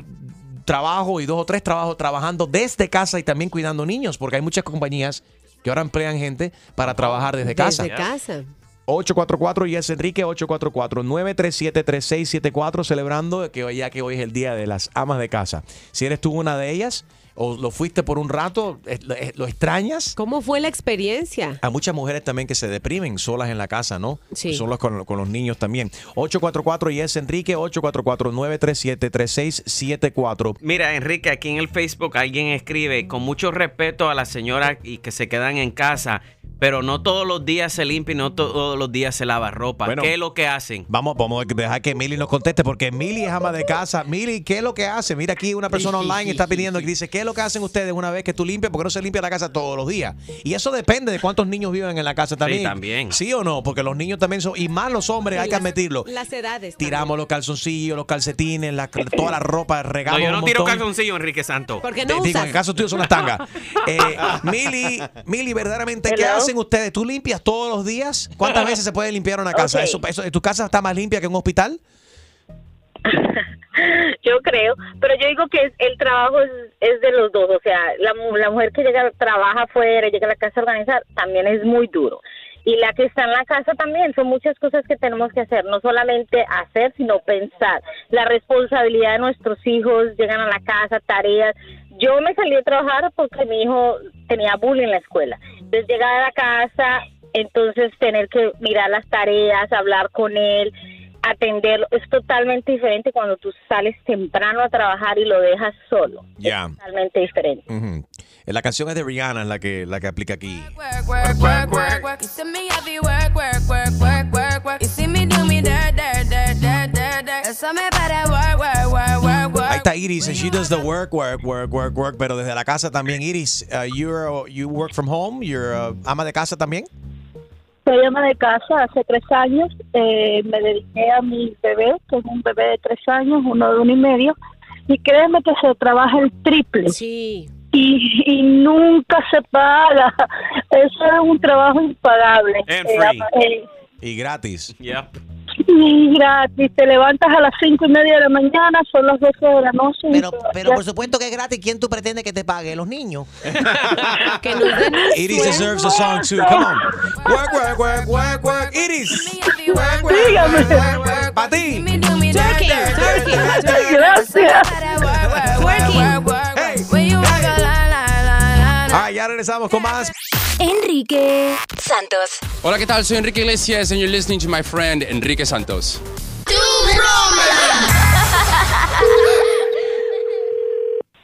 trabajo y dos o tres trabajos trabajando desde casa y también cuidando niños, porque hay muchas compañías que ahora emplean gente para trabajar desde casa. Desde casa. 844 y es Enrique 844-937-3674 celebrando que ya que hoy es el día de las amas de casa. Si eres tú una de ellas o lo fuiste por un rato, eh, lo- eh, lo extrañas. ¿Cómo fue la experiencia? Hay muchas mujeres también que se deprimen solas en la casa, ¿no? Sí. Solas con, con los niños también. 844 y es Enrique 844-937-3674. Mira, Enrique, aquí en el Facebook alguien escribe, con mucho respeto a las señoras y que se quedan en casa, pero no todos los días se limpia y no to- todos los días se lava ropa. Bueno. ¿Qué es lo que hacen? Vamos, vamos a dejar que Mili nos conteste porque Mili es ama de casa. Mili, ¿qué es lo que hace? Mira aquí una persona online está pidiendo que dice, ¿qué es lo que hacen ustedes una vez que tú limpias? Porque no se limpia la casa todos los días. Y eso depende de cuántos niños viven en la casa también. también. Sí o no, porque los niños también son, y más los hombres, hay que Las- admitirlo. Las edades. Tiramos los calzoncillos, los calcetines, la- toda la ropa, No, regamos yo un no tiro montón. calzoncillo, Enrique Santo. Porque Te digo, en el caso tuyo son las tangas. Eh, Mili, Mili, verdaderamente, ¿qué Hello. hacen ustedes? ¿Tú limpias todos los días? ¿Cuántas veces se puede limpiar una casa? Ok. ¿Eso, eso- ¿Tu casa está más limpia que un hospital? Yo creo, pero yo digo que es- el trabajo es, es de los dos, o sea, la, mu- la mujer que llega, trabaja afuera, llega a la casa a organizar, también es muy duro. Y la que está en la casa también, son muchas cosas que tenemos que hacer, no solamente hacer, sino pensar. La responsabilidad de nuestros hijos, llegan a la casa, tareas. Yo me salí a trabajar porque mi hijo tenía bullying en la escuela. Entonces llegar a la casa, entonces tener que mirar las tareas, hablar con él, atenderlo es totalmente diferente cuando tú sales temprano a trabajar y lo dejas solo. Ya. Totalmente diferente. Ujú. La canción es de Rihanna, es la que, la que aplica aquí. work, work, work, work. You see me heavy work, work, work, work, work, work. You see me do me dirt, dirt, dirt, dirt, dirt, dirt. Eso me para work, work, work, work, work. Ahí está Iris, and she does the work, work, work, work, work, pero desde la casa también. Iris, uh, you're, uh, you work from home, you're uh, ama de casa también. Soy ama de casa hace tres años. eh, me dediqué a mi bebé, tengo un bebé de tres años, uno de uno y medio. Y créeme que se trabaja el triple. Sí. Y, y nunca se paga. Eso es un trabajo impagable. And Eh, free. ama- eh, Y gratis. y gratis. Te levantas a las cinco y media de la mañana, son las doce de la noche. y Pero, todavía- pero pues, por supuesto que es gratis. ¿Quién tú pretendes que te pague? ¿Los niños? que nos den un Iris deserves a song too. Come on. Work, work, work, work, work. Iris. Work, work, Dígame. work, work. Pa' ti. Turkey, turkey, turkey. Gracias. Ah, ya regresamos con más. Enrique Santos. Hola, ¿qué tal? Soy Enrique Iglesias and you're listening to my friend Enrique Santos.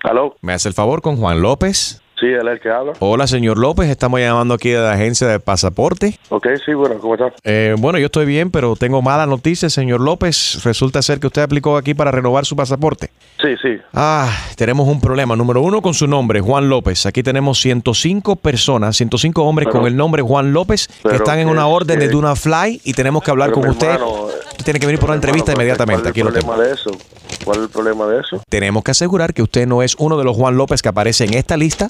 Hello. ¿Me hace el favor con Juan López? Sí, él es el que habla. Hola, señor López. Estamos llamando aquí de la agencia de pasaporte. Ok, sí, bueno, ¿cómo estás? Eh, bueno, yo estoy bien, pero tengo malas noticias, señor López. Resulta ser que usted aplicó aquí para renovar su pasaporte. Sí, sí. Ah, tenemos un problema. Número uno con su nombre, Juan López. Aquí tenemos 105 personas, 105 hombres con el nombre Juan López que pero están en que- una orden de que- Duna Fly y tenemos que hablar Pero, con mi usted. hermano, Usted tiene que venir por una entrevista Hermano, inmediatamente. Aquí ¿Cuál lo es el tengo. problema de eso? ¿Cuál es el problema de eso? Tenemos que asegurar que usted no es uno de los Juan López que aparece en esta lista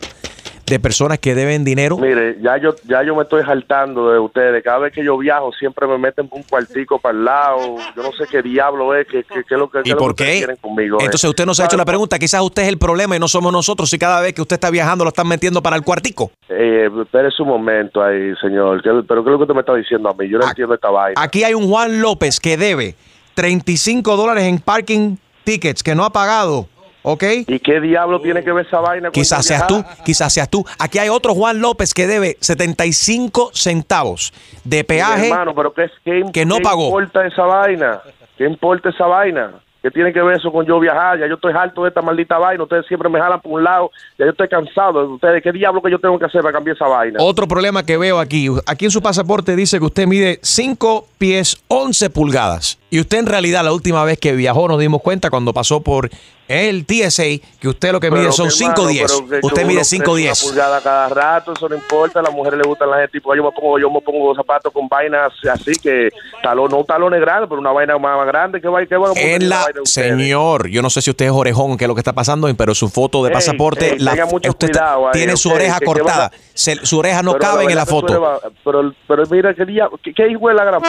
de personas que deben dinero. Mire, ya yo, ya yo me estoy saltando de ustedes. Cada vez que yo viajo siempre me meten un cuartico para el lado. Yo no sé qué diablo es, qué, qué, qué es lo que, qué ¿Y es lo por que ustedes qué? quieren conmigo. eh. Entonces usted nos ha hecho la pregunta, quizás usted es el problema y no somos nosotros si cada vez que usted está viajando lo están metiendo para el cuartico. Eh, espérese un momento ahí, señor. ¿Qué- ¿Pero qué es lo que usted me está diciendo a mí? Ah, Yo no entiendo esta vaina. Aquí hay un Juan López que debe 35 dólares en parking tickets que no ha pagado. ¿Ok? ¿Y qué diablo tiene que ver esa vaina? con Quizás esta seas tú, viajada? quizás seas tú. Aquí hay otro Juan López que debe 75 centavos de Mi peaje. hermano, pero ¿qué, qué, que no qué pagó. importa esa vaina? ¿Qué importa esa vaina? ¿Qué tiene que ver eso con yo viajar? Ya yo estoy harto de esta maldita vaina. Ustedes siempre me jalan por un lado. Ya yo estoy cansado de ustedes. ¿Qué diablo que yo tengo que hacer para cambiar esa vaina? Otro problema que veo aquí. Aquí en su pasaporte dice que usted mide 5 pies 11 pulgadas. Y usted en realidad la última vez que viajó nos dimos cuenta cuando pasó por el TSA que usted lo que mide Pero, son mi hermano, 5'10. pero que Usted yo mide no crezco Una 5'10. pulgada cada rato, eso no importa. A las mujeres les gustan las gente. Tipo, yo me pongo, yo me pongo zapatos con vainas así que talón, no talones grandes, pero una vaina más, más grande. ¿Qué va? ¿Qué va? En la, vaina de ustedes? señor, yo no sé si usted es orejón, que es lo que está pasando, pero su foto de Ey, pasaporte, ey, la, tenga mucho usted está- cuidado ahí, tiene su ok, oreja que- que cortada. vas a- Se- su oreja no Pero cabe en verdad la que tú eres foto. va- Pero, pero mira, ¿qué, día, qué, qué hijo de la gran...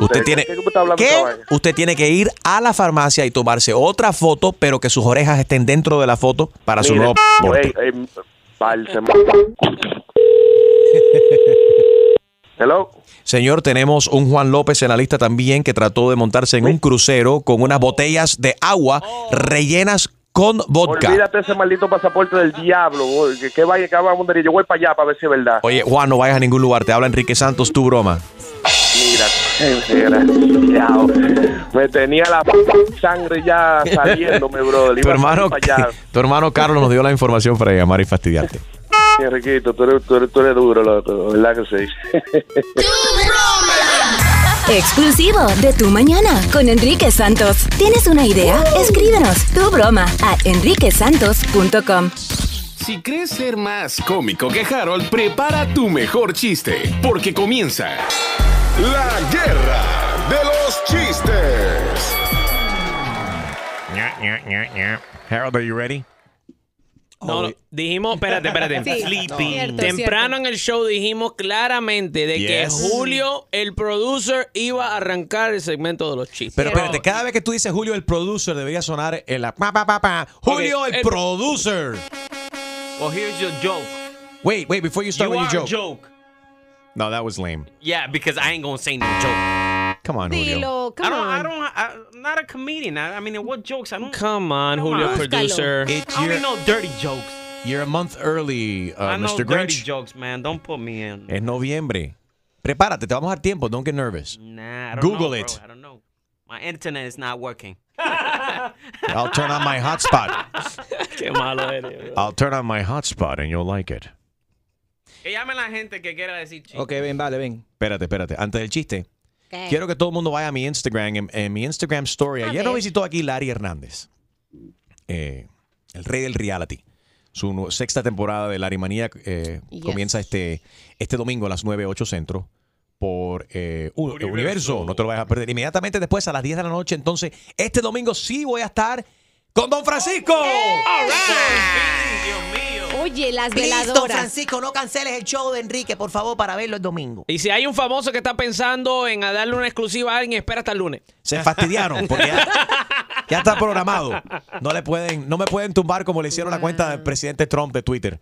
Usted tiene, ¿Qué, qué está hablando ¿Qué? esa vaina? usted tiene que ir a la farmacia y tomarse otra foto, pero que sus orejas estén dentro de la foto para su Mire, nuevo pasaporte. ey, ey, parce, Hello. Señor, tenemos un Juan López en la lista también que trató de montarse en un crucero con unas botellas de agua rellenas con vodka. Oh. Olvídate ese maldito pasaporte del diablo. boy, Que, que vaya, que va a mundaría. Yo voy para allá para ver si es verdad. Oye, Juan, no vayas a ningún lugar. Te habla Enrique Santos, tu broma. Mira, qué desgraciado. Me tenía la p- sangre ya saliéndome, brother. Iba Tu hermano, para allá. tu hermano Carlos nos dio la información para llamar y fastidiarte. Enriquito, tú eres, tú eres- tú eres duro, loco, ¿verdad que sí? Exclusivo de Tu Mañana con Enrique Santos. ¿Tienes una idea? Escríbenos tu broma a enriquesantos.com. Si crees ser más cómico que Harold, prepara tu mejor chiste, porque comienza la guerra de los chistes. Harold, are you ready? No, no, dijimos, espérate, espérate. Sí, Sleeping. cierto, Temprano en el show dijimos claramente de que Yes. Julio, el producer, iba a arrancar el segmento de los chistes. Pero espérate, cada vez que tú dices Julio el producer, debería sonar el la- pa, pa, pa, pa. Julio Ok, el, el- producer. Well, eh, oh, here's your joke. Wait, wait, before you start you with are your a joke. No, that was lame. Yeah, because I ain't gonna say no joke. Come on, Julio. I don't, I don't, I, am not a comedian. I, I mean, what jokes? I don't. Come on, Julio, on. producer. It's I only your- know dirty jokes. You're a month early, uh, I know Mr. dirty Grinch. jokes, man. Don't put me in. Es noviembre. Prepárate, te vamos a dar tiempo. Don't get nervous. Nah, I don't Google know, it. Bro. I don't know. My internet is not working. I'll turn on my hotspot. Qué malo eres. I'll turn on my hotspot and you'll like it. Que llame la gente que quiera decir chiste. Ok, ven, vale, ven. Espérate, espérate. Antes del chiste, quiero que todo el mundo vaya a mi Instagram. En, en mi Instagram story, ayer nos visitó aquí Larry Hernández, eh, el rey del reality. Su nu- sexta temporada de Larry Manía eh, Yes. comienza este, este domingo a las 9, 8 centro por eh, U- Universo. No te lo vayas a perder. Inmediatamente después, a las 10 de la noche, entonces, este domingo sí voy a estar con Don Francisco. Oye, las Listo, veladoras. Francisco, no canceles el show de Enrique, por favor, para verlo el domingo. Y si hay un famoso que está pensando en a darle una exclusiva a alguien, espera hasta el lunes. Se fastidiaron porque ya, ya está programado. No le pueden, no me pueden tumbar como le hicieron la cuenta del presidente Trump de Twitter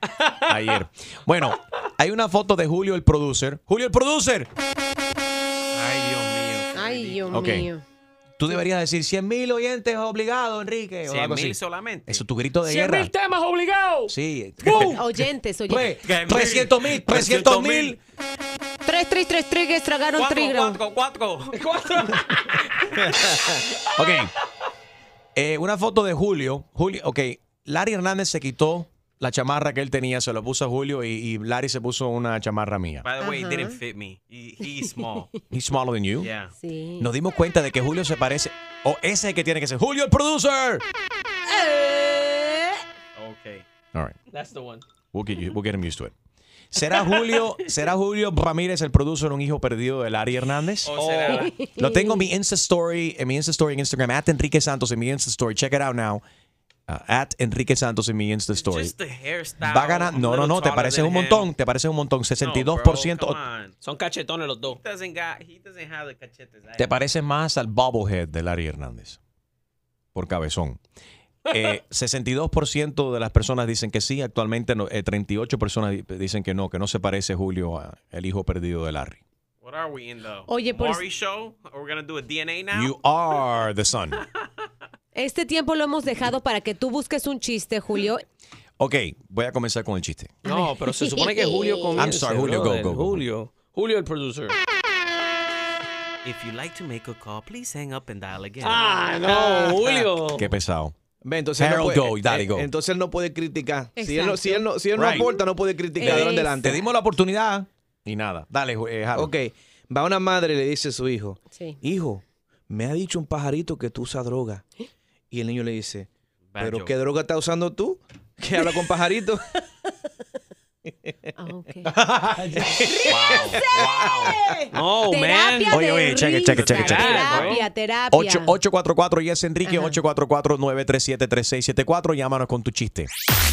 ayer. Bueno, hay una foto de Julio el producer. Julio el producer. Ay, Dios Ok. mío. Tú deberías decir 100 mil oyentes obligados, Enrique. o algo así. 100,000 solamente. Eso es tu grito de guerra. temas obligados. Sí. Oyentes, oyentes. Tre- 300 mil, 300 mil. Tres, tres, tres, tres, que tragaron trigo. Oh, cuatro. Ok. Eh, una foto de Julio. Julio, ok. Larry Hernández se quitó la chamarra que él tenía, se lo puso a Julio y, y Larry se puso una chamarra mía. By the way, it Ajá. didn't fit me. He, he's small. He's smaller than you. Yeah. Nos dimos cuenta de que Julio se parece. O ese es el que tiene que ser. Julio el producer. Okay. All right. That's the one. We'll get, you- we'll get him used to it. ¿Será Julio, ¿Será Julio Ramírez el producer un hijo perdido de Larry Hernández? ¿O será? Oh. Lo tengo en mi Insta Story, en mi Insta Story en Instagram, at Enrique Santos en mi Insta Story. Check it out now. Uh, at Enrique Santos en mi Insta Story. Just the hairstyle. Va ganando. I'm No, a no, little no. Te taller pareces than un him. montón. Te pareces un montón. No, bro, 62%. come on. Son cachetones los dos. He doesn't got. He doesn't have the cachetes. I- te pareces más al bobblehead de Larry Hernández. Por cabezón. Eh, 62% de las personas dicen que sí. Actualmente no- eh, 38 personas di- dicen que no, que no se parece Julio a el hijo perdido de Larry. What are we in the Oye, por- Maury show? We're gonna do a DNA now. You are the son. Este tiempo lo hemos dejado para que tú busques un chiste, Julio. Ok, voy a comenzar con el chiste. No, pero se supone que Julio comienza. I'm sorry, Julio, go, brother. go, go. Julio. Julio el producer. If you'd like to make a call, please hang up and dial again. Ah, no, Julio. Qué pesado. Oh. Ve, entonces él Harold, no go, puede, dale, eh, go. Entonces él no puede criticar. Si él, no, si él, no, si él Right. no aporta, no puede criticar. Te- Adelante, adelante. Te dimos la oportunidad y nada. Dale, Ju- eh, Harold. Ok, va una madre y le dice a su hijo, Sí. hijo, me ha dicho un pajarito que tú usas droga. Y el niño le dice, Bad ¿pero joke. qué droga estás usando tú? Que habla con pajarito. No, man. Terapia Oye, de oye, cheque, risa, cheque, cheque, cheque. Terapia, terapia. 8- 844 Yes Enrique, 844-937-3674. Llámanos con tu chiste.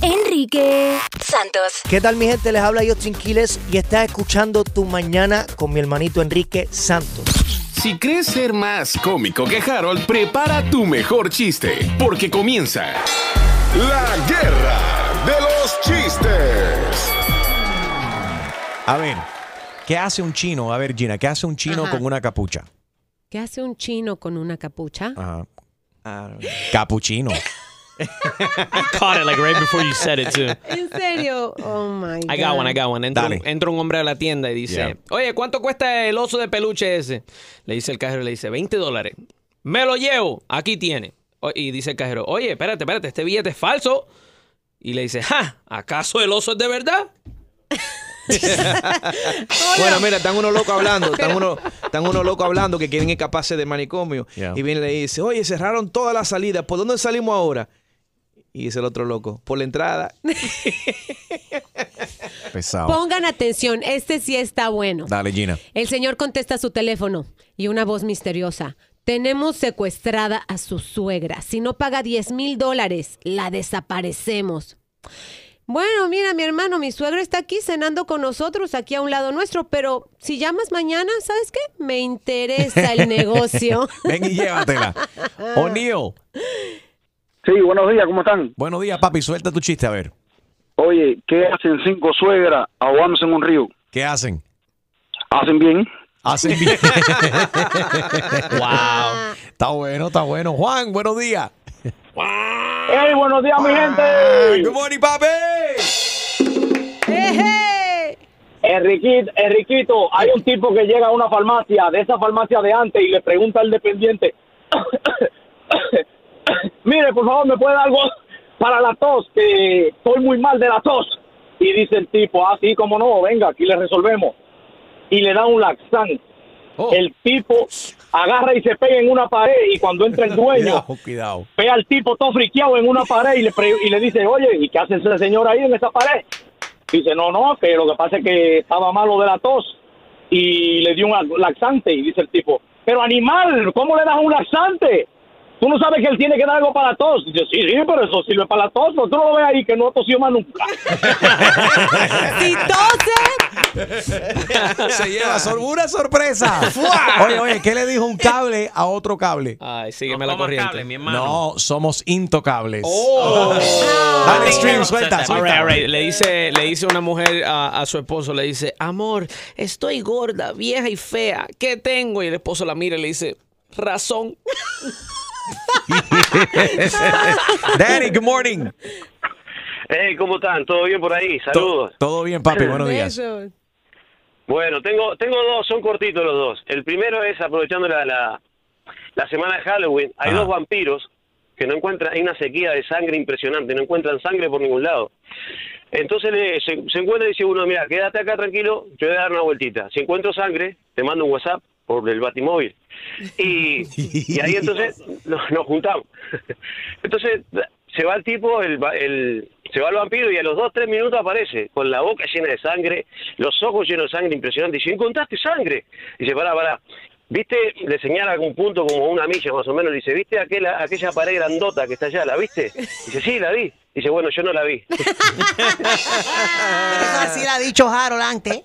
Enrique Santos. ¿Qué tal mi gente? Les habla Justin Quiles y estás escuchando Tu Mañana con mi hermanito Enrique Santos. Si crees ser más cómico que Harold, prepara tu mejor chiste, porque comienza la guerra de los chistes. A ver, ¿Qué hace un chino? A ver, Gina, ¿qué hace un chino Ajá. con una capucha? ¿Qué hace un chino con una capucha? Ajá. Capuchino. I caught it like right before you said it too. ¿En serio? Oh my God. I got one, I got one. Entra, Dale. entra un hombre a la tienda y dice, Yeah. oye, ¿cuánto cuesta el oso de peluche ese? Le dice el cajero, le dice, 20 dólares. Me lo llevo, aquí tiene. O- Y dice el cajero, oye, espérate, espérate, este billete es falso. Y le dice, ja, ¿acaso el oso es de verdad? Bueno, mira, están unos locos hablando, están unos, están unos locos hablando que quieren escaparse del manicomio. Y viene y le dice, oye, cerraron todas las salidas, ¿por dónde salimos ahora? Y dice el otro loco, por la entrada. Pesado. Pongan atención, este sí está bueno. Dale, Gina. El señor contesta su teléfono y una voz misteriosa. Tenemos secuestrada a su suegra. Si no paga 10 mil dólares, la desaparecemos. Bueno, mira, mi hermano, mi suegra está aquí cenando con nosotros, aquí a un lado nuestro, pero si llamas mañana, ¿sabes qué? Me interesa el negocio. Ven y llévatela. O'Neill. Sí, buenos días, ¿cómo están? Buenos días, papi. Suelta tu chiste, a ver. Oye, ¿qué hacen cinco suegras ahogándose en un río? ¿Qué hacen? Hacen bien. Hacen bien. wow. Está bueno, está bueno. Juan, buenos días. ¡Hey, buenos días, mi gente! Good morning, papi. Enriquito, Enriquito, hay un tipo que llega a una farmacia, de esa farmacia de antes, y le pregunta al dependiente, mire, por favor, ¿me puede dar algo para la tos? Que estoy muy mal de la tos. Y dice el tipo, ah, sí, cómo no, venga, aquí le resolvemos. Y le da un laxante. El tipo agarra y se pega en una pared, y cuando entra el dueño, Cuidado, cuidado. ve al tipo todo friqueado en una pared y le, pre- y le dice, oye, ¿y qué hace ese señor ahí en esa pared? Dice, no, no, que lo que pasa es que estaba malo de la tos y le dio un al- laxante. Y dice el tipo, pero animal, ¿cómo le das un laxante? Tú no sabes que él tiene que dar algo para la tos. Dice, sí, sí, pero eso sirve para la tos, pero tú no lo ves ahí que no ha tosido más nunca. Se lleva sor- una sorpresa. Oye, oye, ¿qué le dijo un cable a otro cable? Ay, sígueme la corriente. No, somos intocables. Oh. Dale, stream, suelta, suelta. Le dice, le dice una mujer a, a su esposo, le dice, amor, estoy gorda, vieja y fea, ¿qué tengo? Y el esposo la mira y le dice, razón. Danny, good morning. Hey, ¿cómo están? ¿Todo bien por ahí? Saludos. Todo bien, papi. Buenos días. Bueno, tengo, tengo dos, son cortitos los dos. El primero es aprovechando la, la, la semana de Halloween, hay dos vampiros que no encuentran, hay una sequía de sangre impresionante, no encuentran sangre por ningún lado. Entonces le- se, se encuentra y dice uno, mira, quédate acá tranquilo, yo voy a dar una vueltita. Si encuentro sangre, te mando un WhatsApp por el batimóvil. Y, y ahí entonces nos, nos juntamos. Entonces se va el tipo, el, va- el- se va el vampiro y a los dos, tres minutos aparece con la boca llena de sangre, los ojos llenos de sangre, impresionante. Dice, ¿encontraste sangre? Dice, pará, pará. ¿Viste? Le señala algún punto como una milla más o menos. Le dice, ¿viste aquella, aquella pared grandota que está allá? ¿La viste? Dice, sí, la vi. Dice, bueno, yo no la vi. Eso así lo ha dicho Harold antes.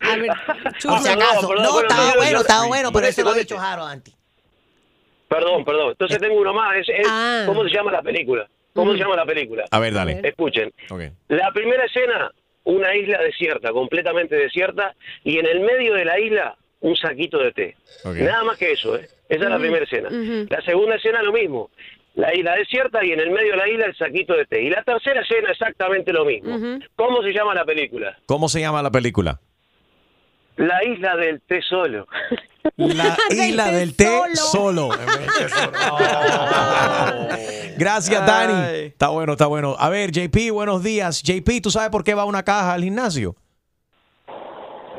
A ver, Por si Ah, perdón, acaso. perdón, No, perdón, estaba perdón, bueno, yo- estaba bueno, pero parece, eso lo ha parece. dicho Harold antes. Perdón, perdón. Entonces tengo uno más. Es- es- ¿Cómo se llama la película? ¿Cómo se llama la película? A ver, dale. Escuchen. Ok. La primera escena, una isla desierta, completamente desierta, y en el medio de la isla, un saquito de té. Ok. Nada más que eso, ¿eh? Esa es la Ujú, primera escena. ujú. La segunda escena, lo mismo. La isla desierta y en el medio de la isla, el saquito de té. Y la tercera escena, exactamente lo mismo. ¿Cómo se llama la película? ¿Cómo se llama la película? La isla del té solo. La isla del té solo. Gracias, Dani. Está bueno, está bueno. A ver, JP, buenos días. JP, ¿tú sabes por qué va una caja al gimnasio?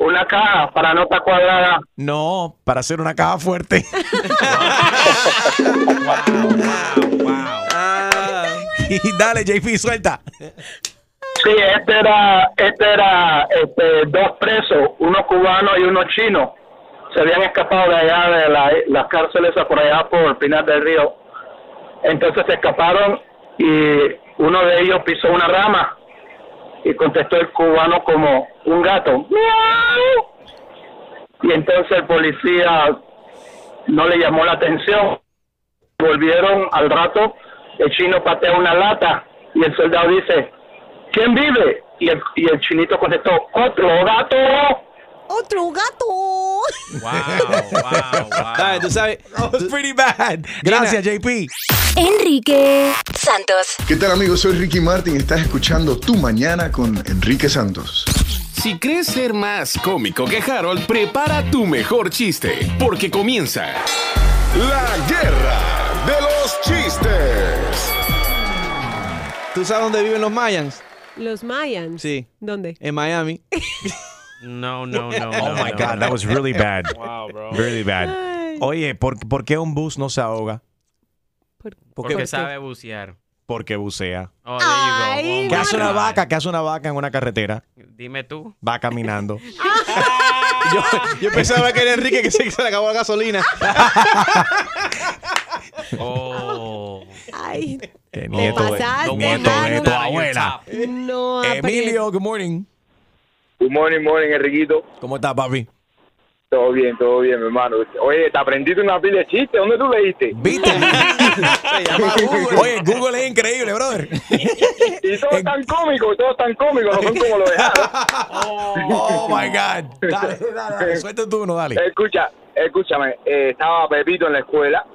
Una caja para no estar cuadrada. No, para hacer una caja fuerte. Y dale, JP, suelta. Sí, este era, este era este, dos presos, uno cubano y uno chino. Se habían escapado de allá, de la- las cárceles por allá por Pinar del Río. Entonces se escaparon y uno de ellos pisó una rama y contestó el cubano como un gato. "Miau". Y entonces el policía no le llamó la atención. Volvieron al rato, el chino patea una lata y el soldado dice, ¿Quién vive? Y el, y el chinito contestó, otro gato. ¡Otro gato! Dale, tú sabes. pretty bad. Gracias, JP. Enrique Santos. ¿Qué tal amigos? Soy Ricky Martin. Estás escuchando Tu Mañana con Enrique Santos. Si crees ser más cómico que Harold, prepara tu mejor chiste, porque comienza la guerra de los chistes. ¿Tú sabes dónde viven los mayans? Los Mayans. Sí. ¿Dónde? En Miami. No, no, no. Oh my God, that was really bad. Wow, bro. Really bad. Oye, ¿por, por qué un bus no se ahoga? Porque sabe bucear. Porque bucea. Oh, there you go. Oh, ¿Qué hace my una God. vaca? ¿Qué hace una vaca en una carretera? Dime tú. Va caminando. yo, yo pensaba que era Enrique que se, se le acabó la gasolina. Oh. Ay, El Te pasaste, nieto de tu mano. abuela. no. Eh, Emilio, good morning. Good morning, morning, Enriquito. ¿Cómo estás, papi? Todo bien, todo bien, mi hermano. Oye, te aprendiste una pila de chistes. ¿Dónde tú leíste? ¿Viste? Oye, Google es increíble, brother. y todos tan cómicos, todos tan cómicos. No son como los de Harold. Oh my God. Dale, dale, dale. Suelta tú uno, dale. Escucha, escúchame. eh, estaba Pepito en la escuela.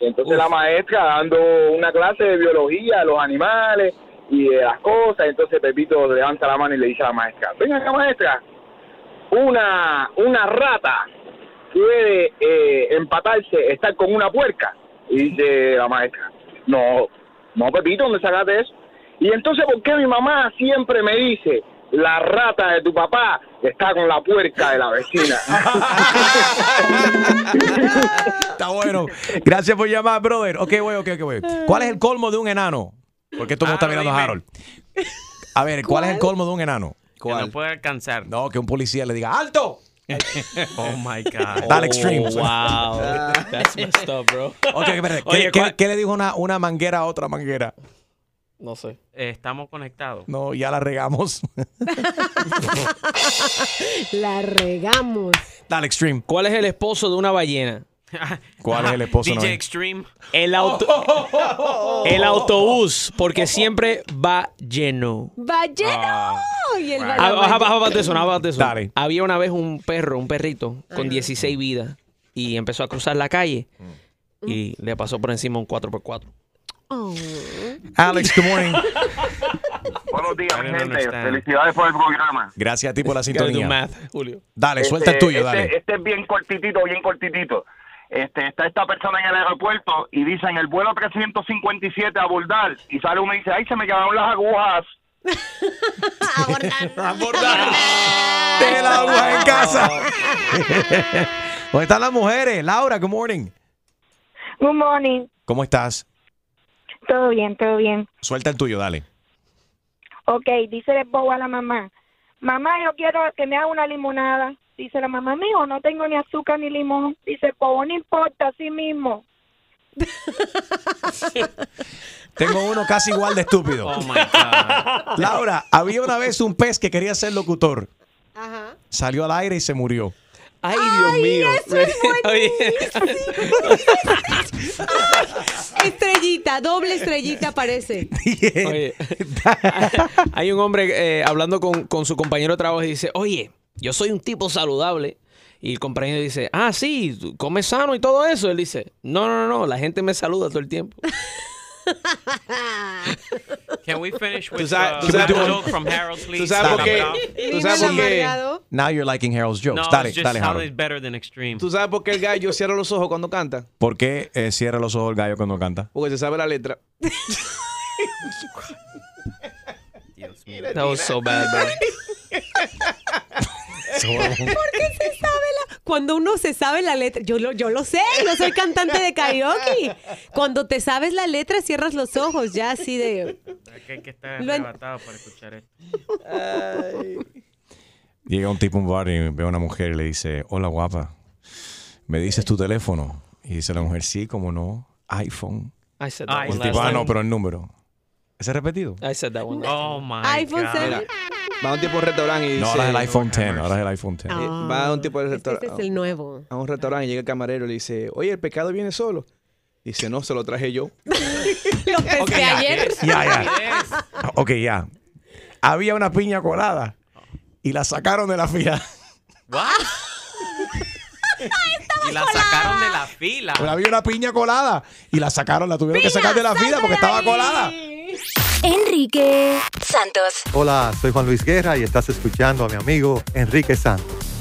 Y entonces la maestra dando una clase de biología de los animales y de las cosas. Entonces Pepito levanta la mano y le dice a la maestra, venga acá maestra, una, una rata puede eh, empatarse, estar con una puerca. Y dice la maestra, no, no Pepito, ¿dónde sacaste eso? Y entonces, ¿por qué mi mamá siempre me dice, la rata de tu papá está con la puerca de la vecina? Está bueno. Gracias por llamar, brother. Ok, güey, ok, ok, güey. ¿Cuál es el colmo de un enano? Porque todo el mundo Ah, está mirando a Harold. A ver, ¿cuál, es el colmo de un enano? Que no puede alcanzar. No, que un policía le diga, ¡alto! oh my God. Oh, Dale extreme. Wow. That's messed up, bro. Ok, espérate. ¿Qué, Oye, qué- ¿cuál- qué le dijo una, una manguera a otra manguera? No sé. Eh, estamos conectados. No, ya la regamos. La regamos. Dale extreme. ¿Cuál es el esposo de una ballena? ¿Cuál es el esposo de una DJ ballena? Extreme. El, auto- el autobús, porque siempre va lleno. ¡Ballena! oh, Y el Ah, balón. ah, ah, ah, ah, eso, ah, ah, eso. Había una vez un perro, un perrito, con 16 vidas, y empezó a cruzar la calle Mm. y le pasó por encima un 4x4. Oh. Alex, good morning. Buenos días, mi gente. understand. Felicidades por el programa. Gracias a ti por la Gotta do sintonía. math, Julio. Dale, Este, suelta el tuyo, este- dale. Este es bien cortitito, bien cortitito. Este, está esta persona en el aeropuerto y dice en el vuelo 357 a abordar. Y sale uno y dice, ay, se me quedaron las agujas. Te la agua en casa. este. ¿Dónde están las mujeres? Laura, good morning. Good morning. ¿Cómo estás? Todo bien, todo bien. Suelta el tuyo, dale. Ok, dice el bobo a la mamá. Mamá, yo quiero que me haga una limonada. Dice la mamá, mío, no tengo ni azúcar ni limón. Dice el bobo, no importa, así mismo. Tengo uno casi igual de estúpido. Oh, Laura, había una vez un pez que quería ser locutor. Salió al aire y se murió. Ay, Dios mío. Oye, Estrellita, doble estrellita parece. Oye, hay un hombre eh, hablando con, con su compañero de trabajo y dice, oye, yo soy un tipo saludable. Y el compañero dice, ah, sí, tú comes sano y todo eso. Él dice, no, no, no, no, la gente me saluda todo el tiempo. Can we finish with sabes- uh, tú sabes- that joke from Harold, please? tú sabes por qué- Stop it tú sabes por qué- Now you're liking Harold's off. No, jokes. it's dale, just dale, sounded Harold. better than extreme. ¿Tú sabes por qué el gallo cierra los ojos cuando canta? ¿Por qué eh, cierra los ojos el gallo cuando canta? Porque se sabe la letra. That was so bad, ¿Por qué se sabe la.? Cuando uno se sabe la letra. Yo lo, yo lo sé, yo soy cantante de karaoke. Cuando te sabes la letra, cierras los ojos, ya así de. Que hay que estar Lo en- arrebatado para escuchar esto. Llega un tipo a un bar y ve a una mujer y le dice, hola guapa, ¿me dices tu teléfono? Y dice la mujer, sí, como no, iPhone. I said that Y el one last tipo, ah, time. no, pero el número. ¿Ese es repetido? I said that one last Oh, my iPhone God. 7. Va a un tipo a un restaurante y No, dice... ahora es el iPhone 10, ahora es el iPhone 10. Eh, va a un tipo al Este es restaurante. el nuevo. A un restaurante y llega el camarero y le dice, oye, el pecado viene solo. Dice, no, se lo traje yo. Lo pesqué ayer. Ya, ya. Ok, ya. Había una piña colada y la sacaron de la fila. y la sacaron de la fila. Pero había una piña colada y la sacaron, la tuvieron que sacar de la fila porque estaba colada. Enrique Santos. Hola, soy Juan Luis Guerra y estás escuchando a mi amigo Enrique Santos.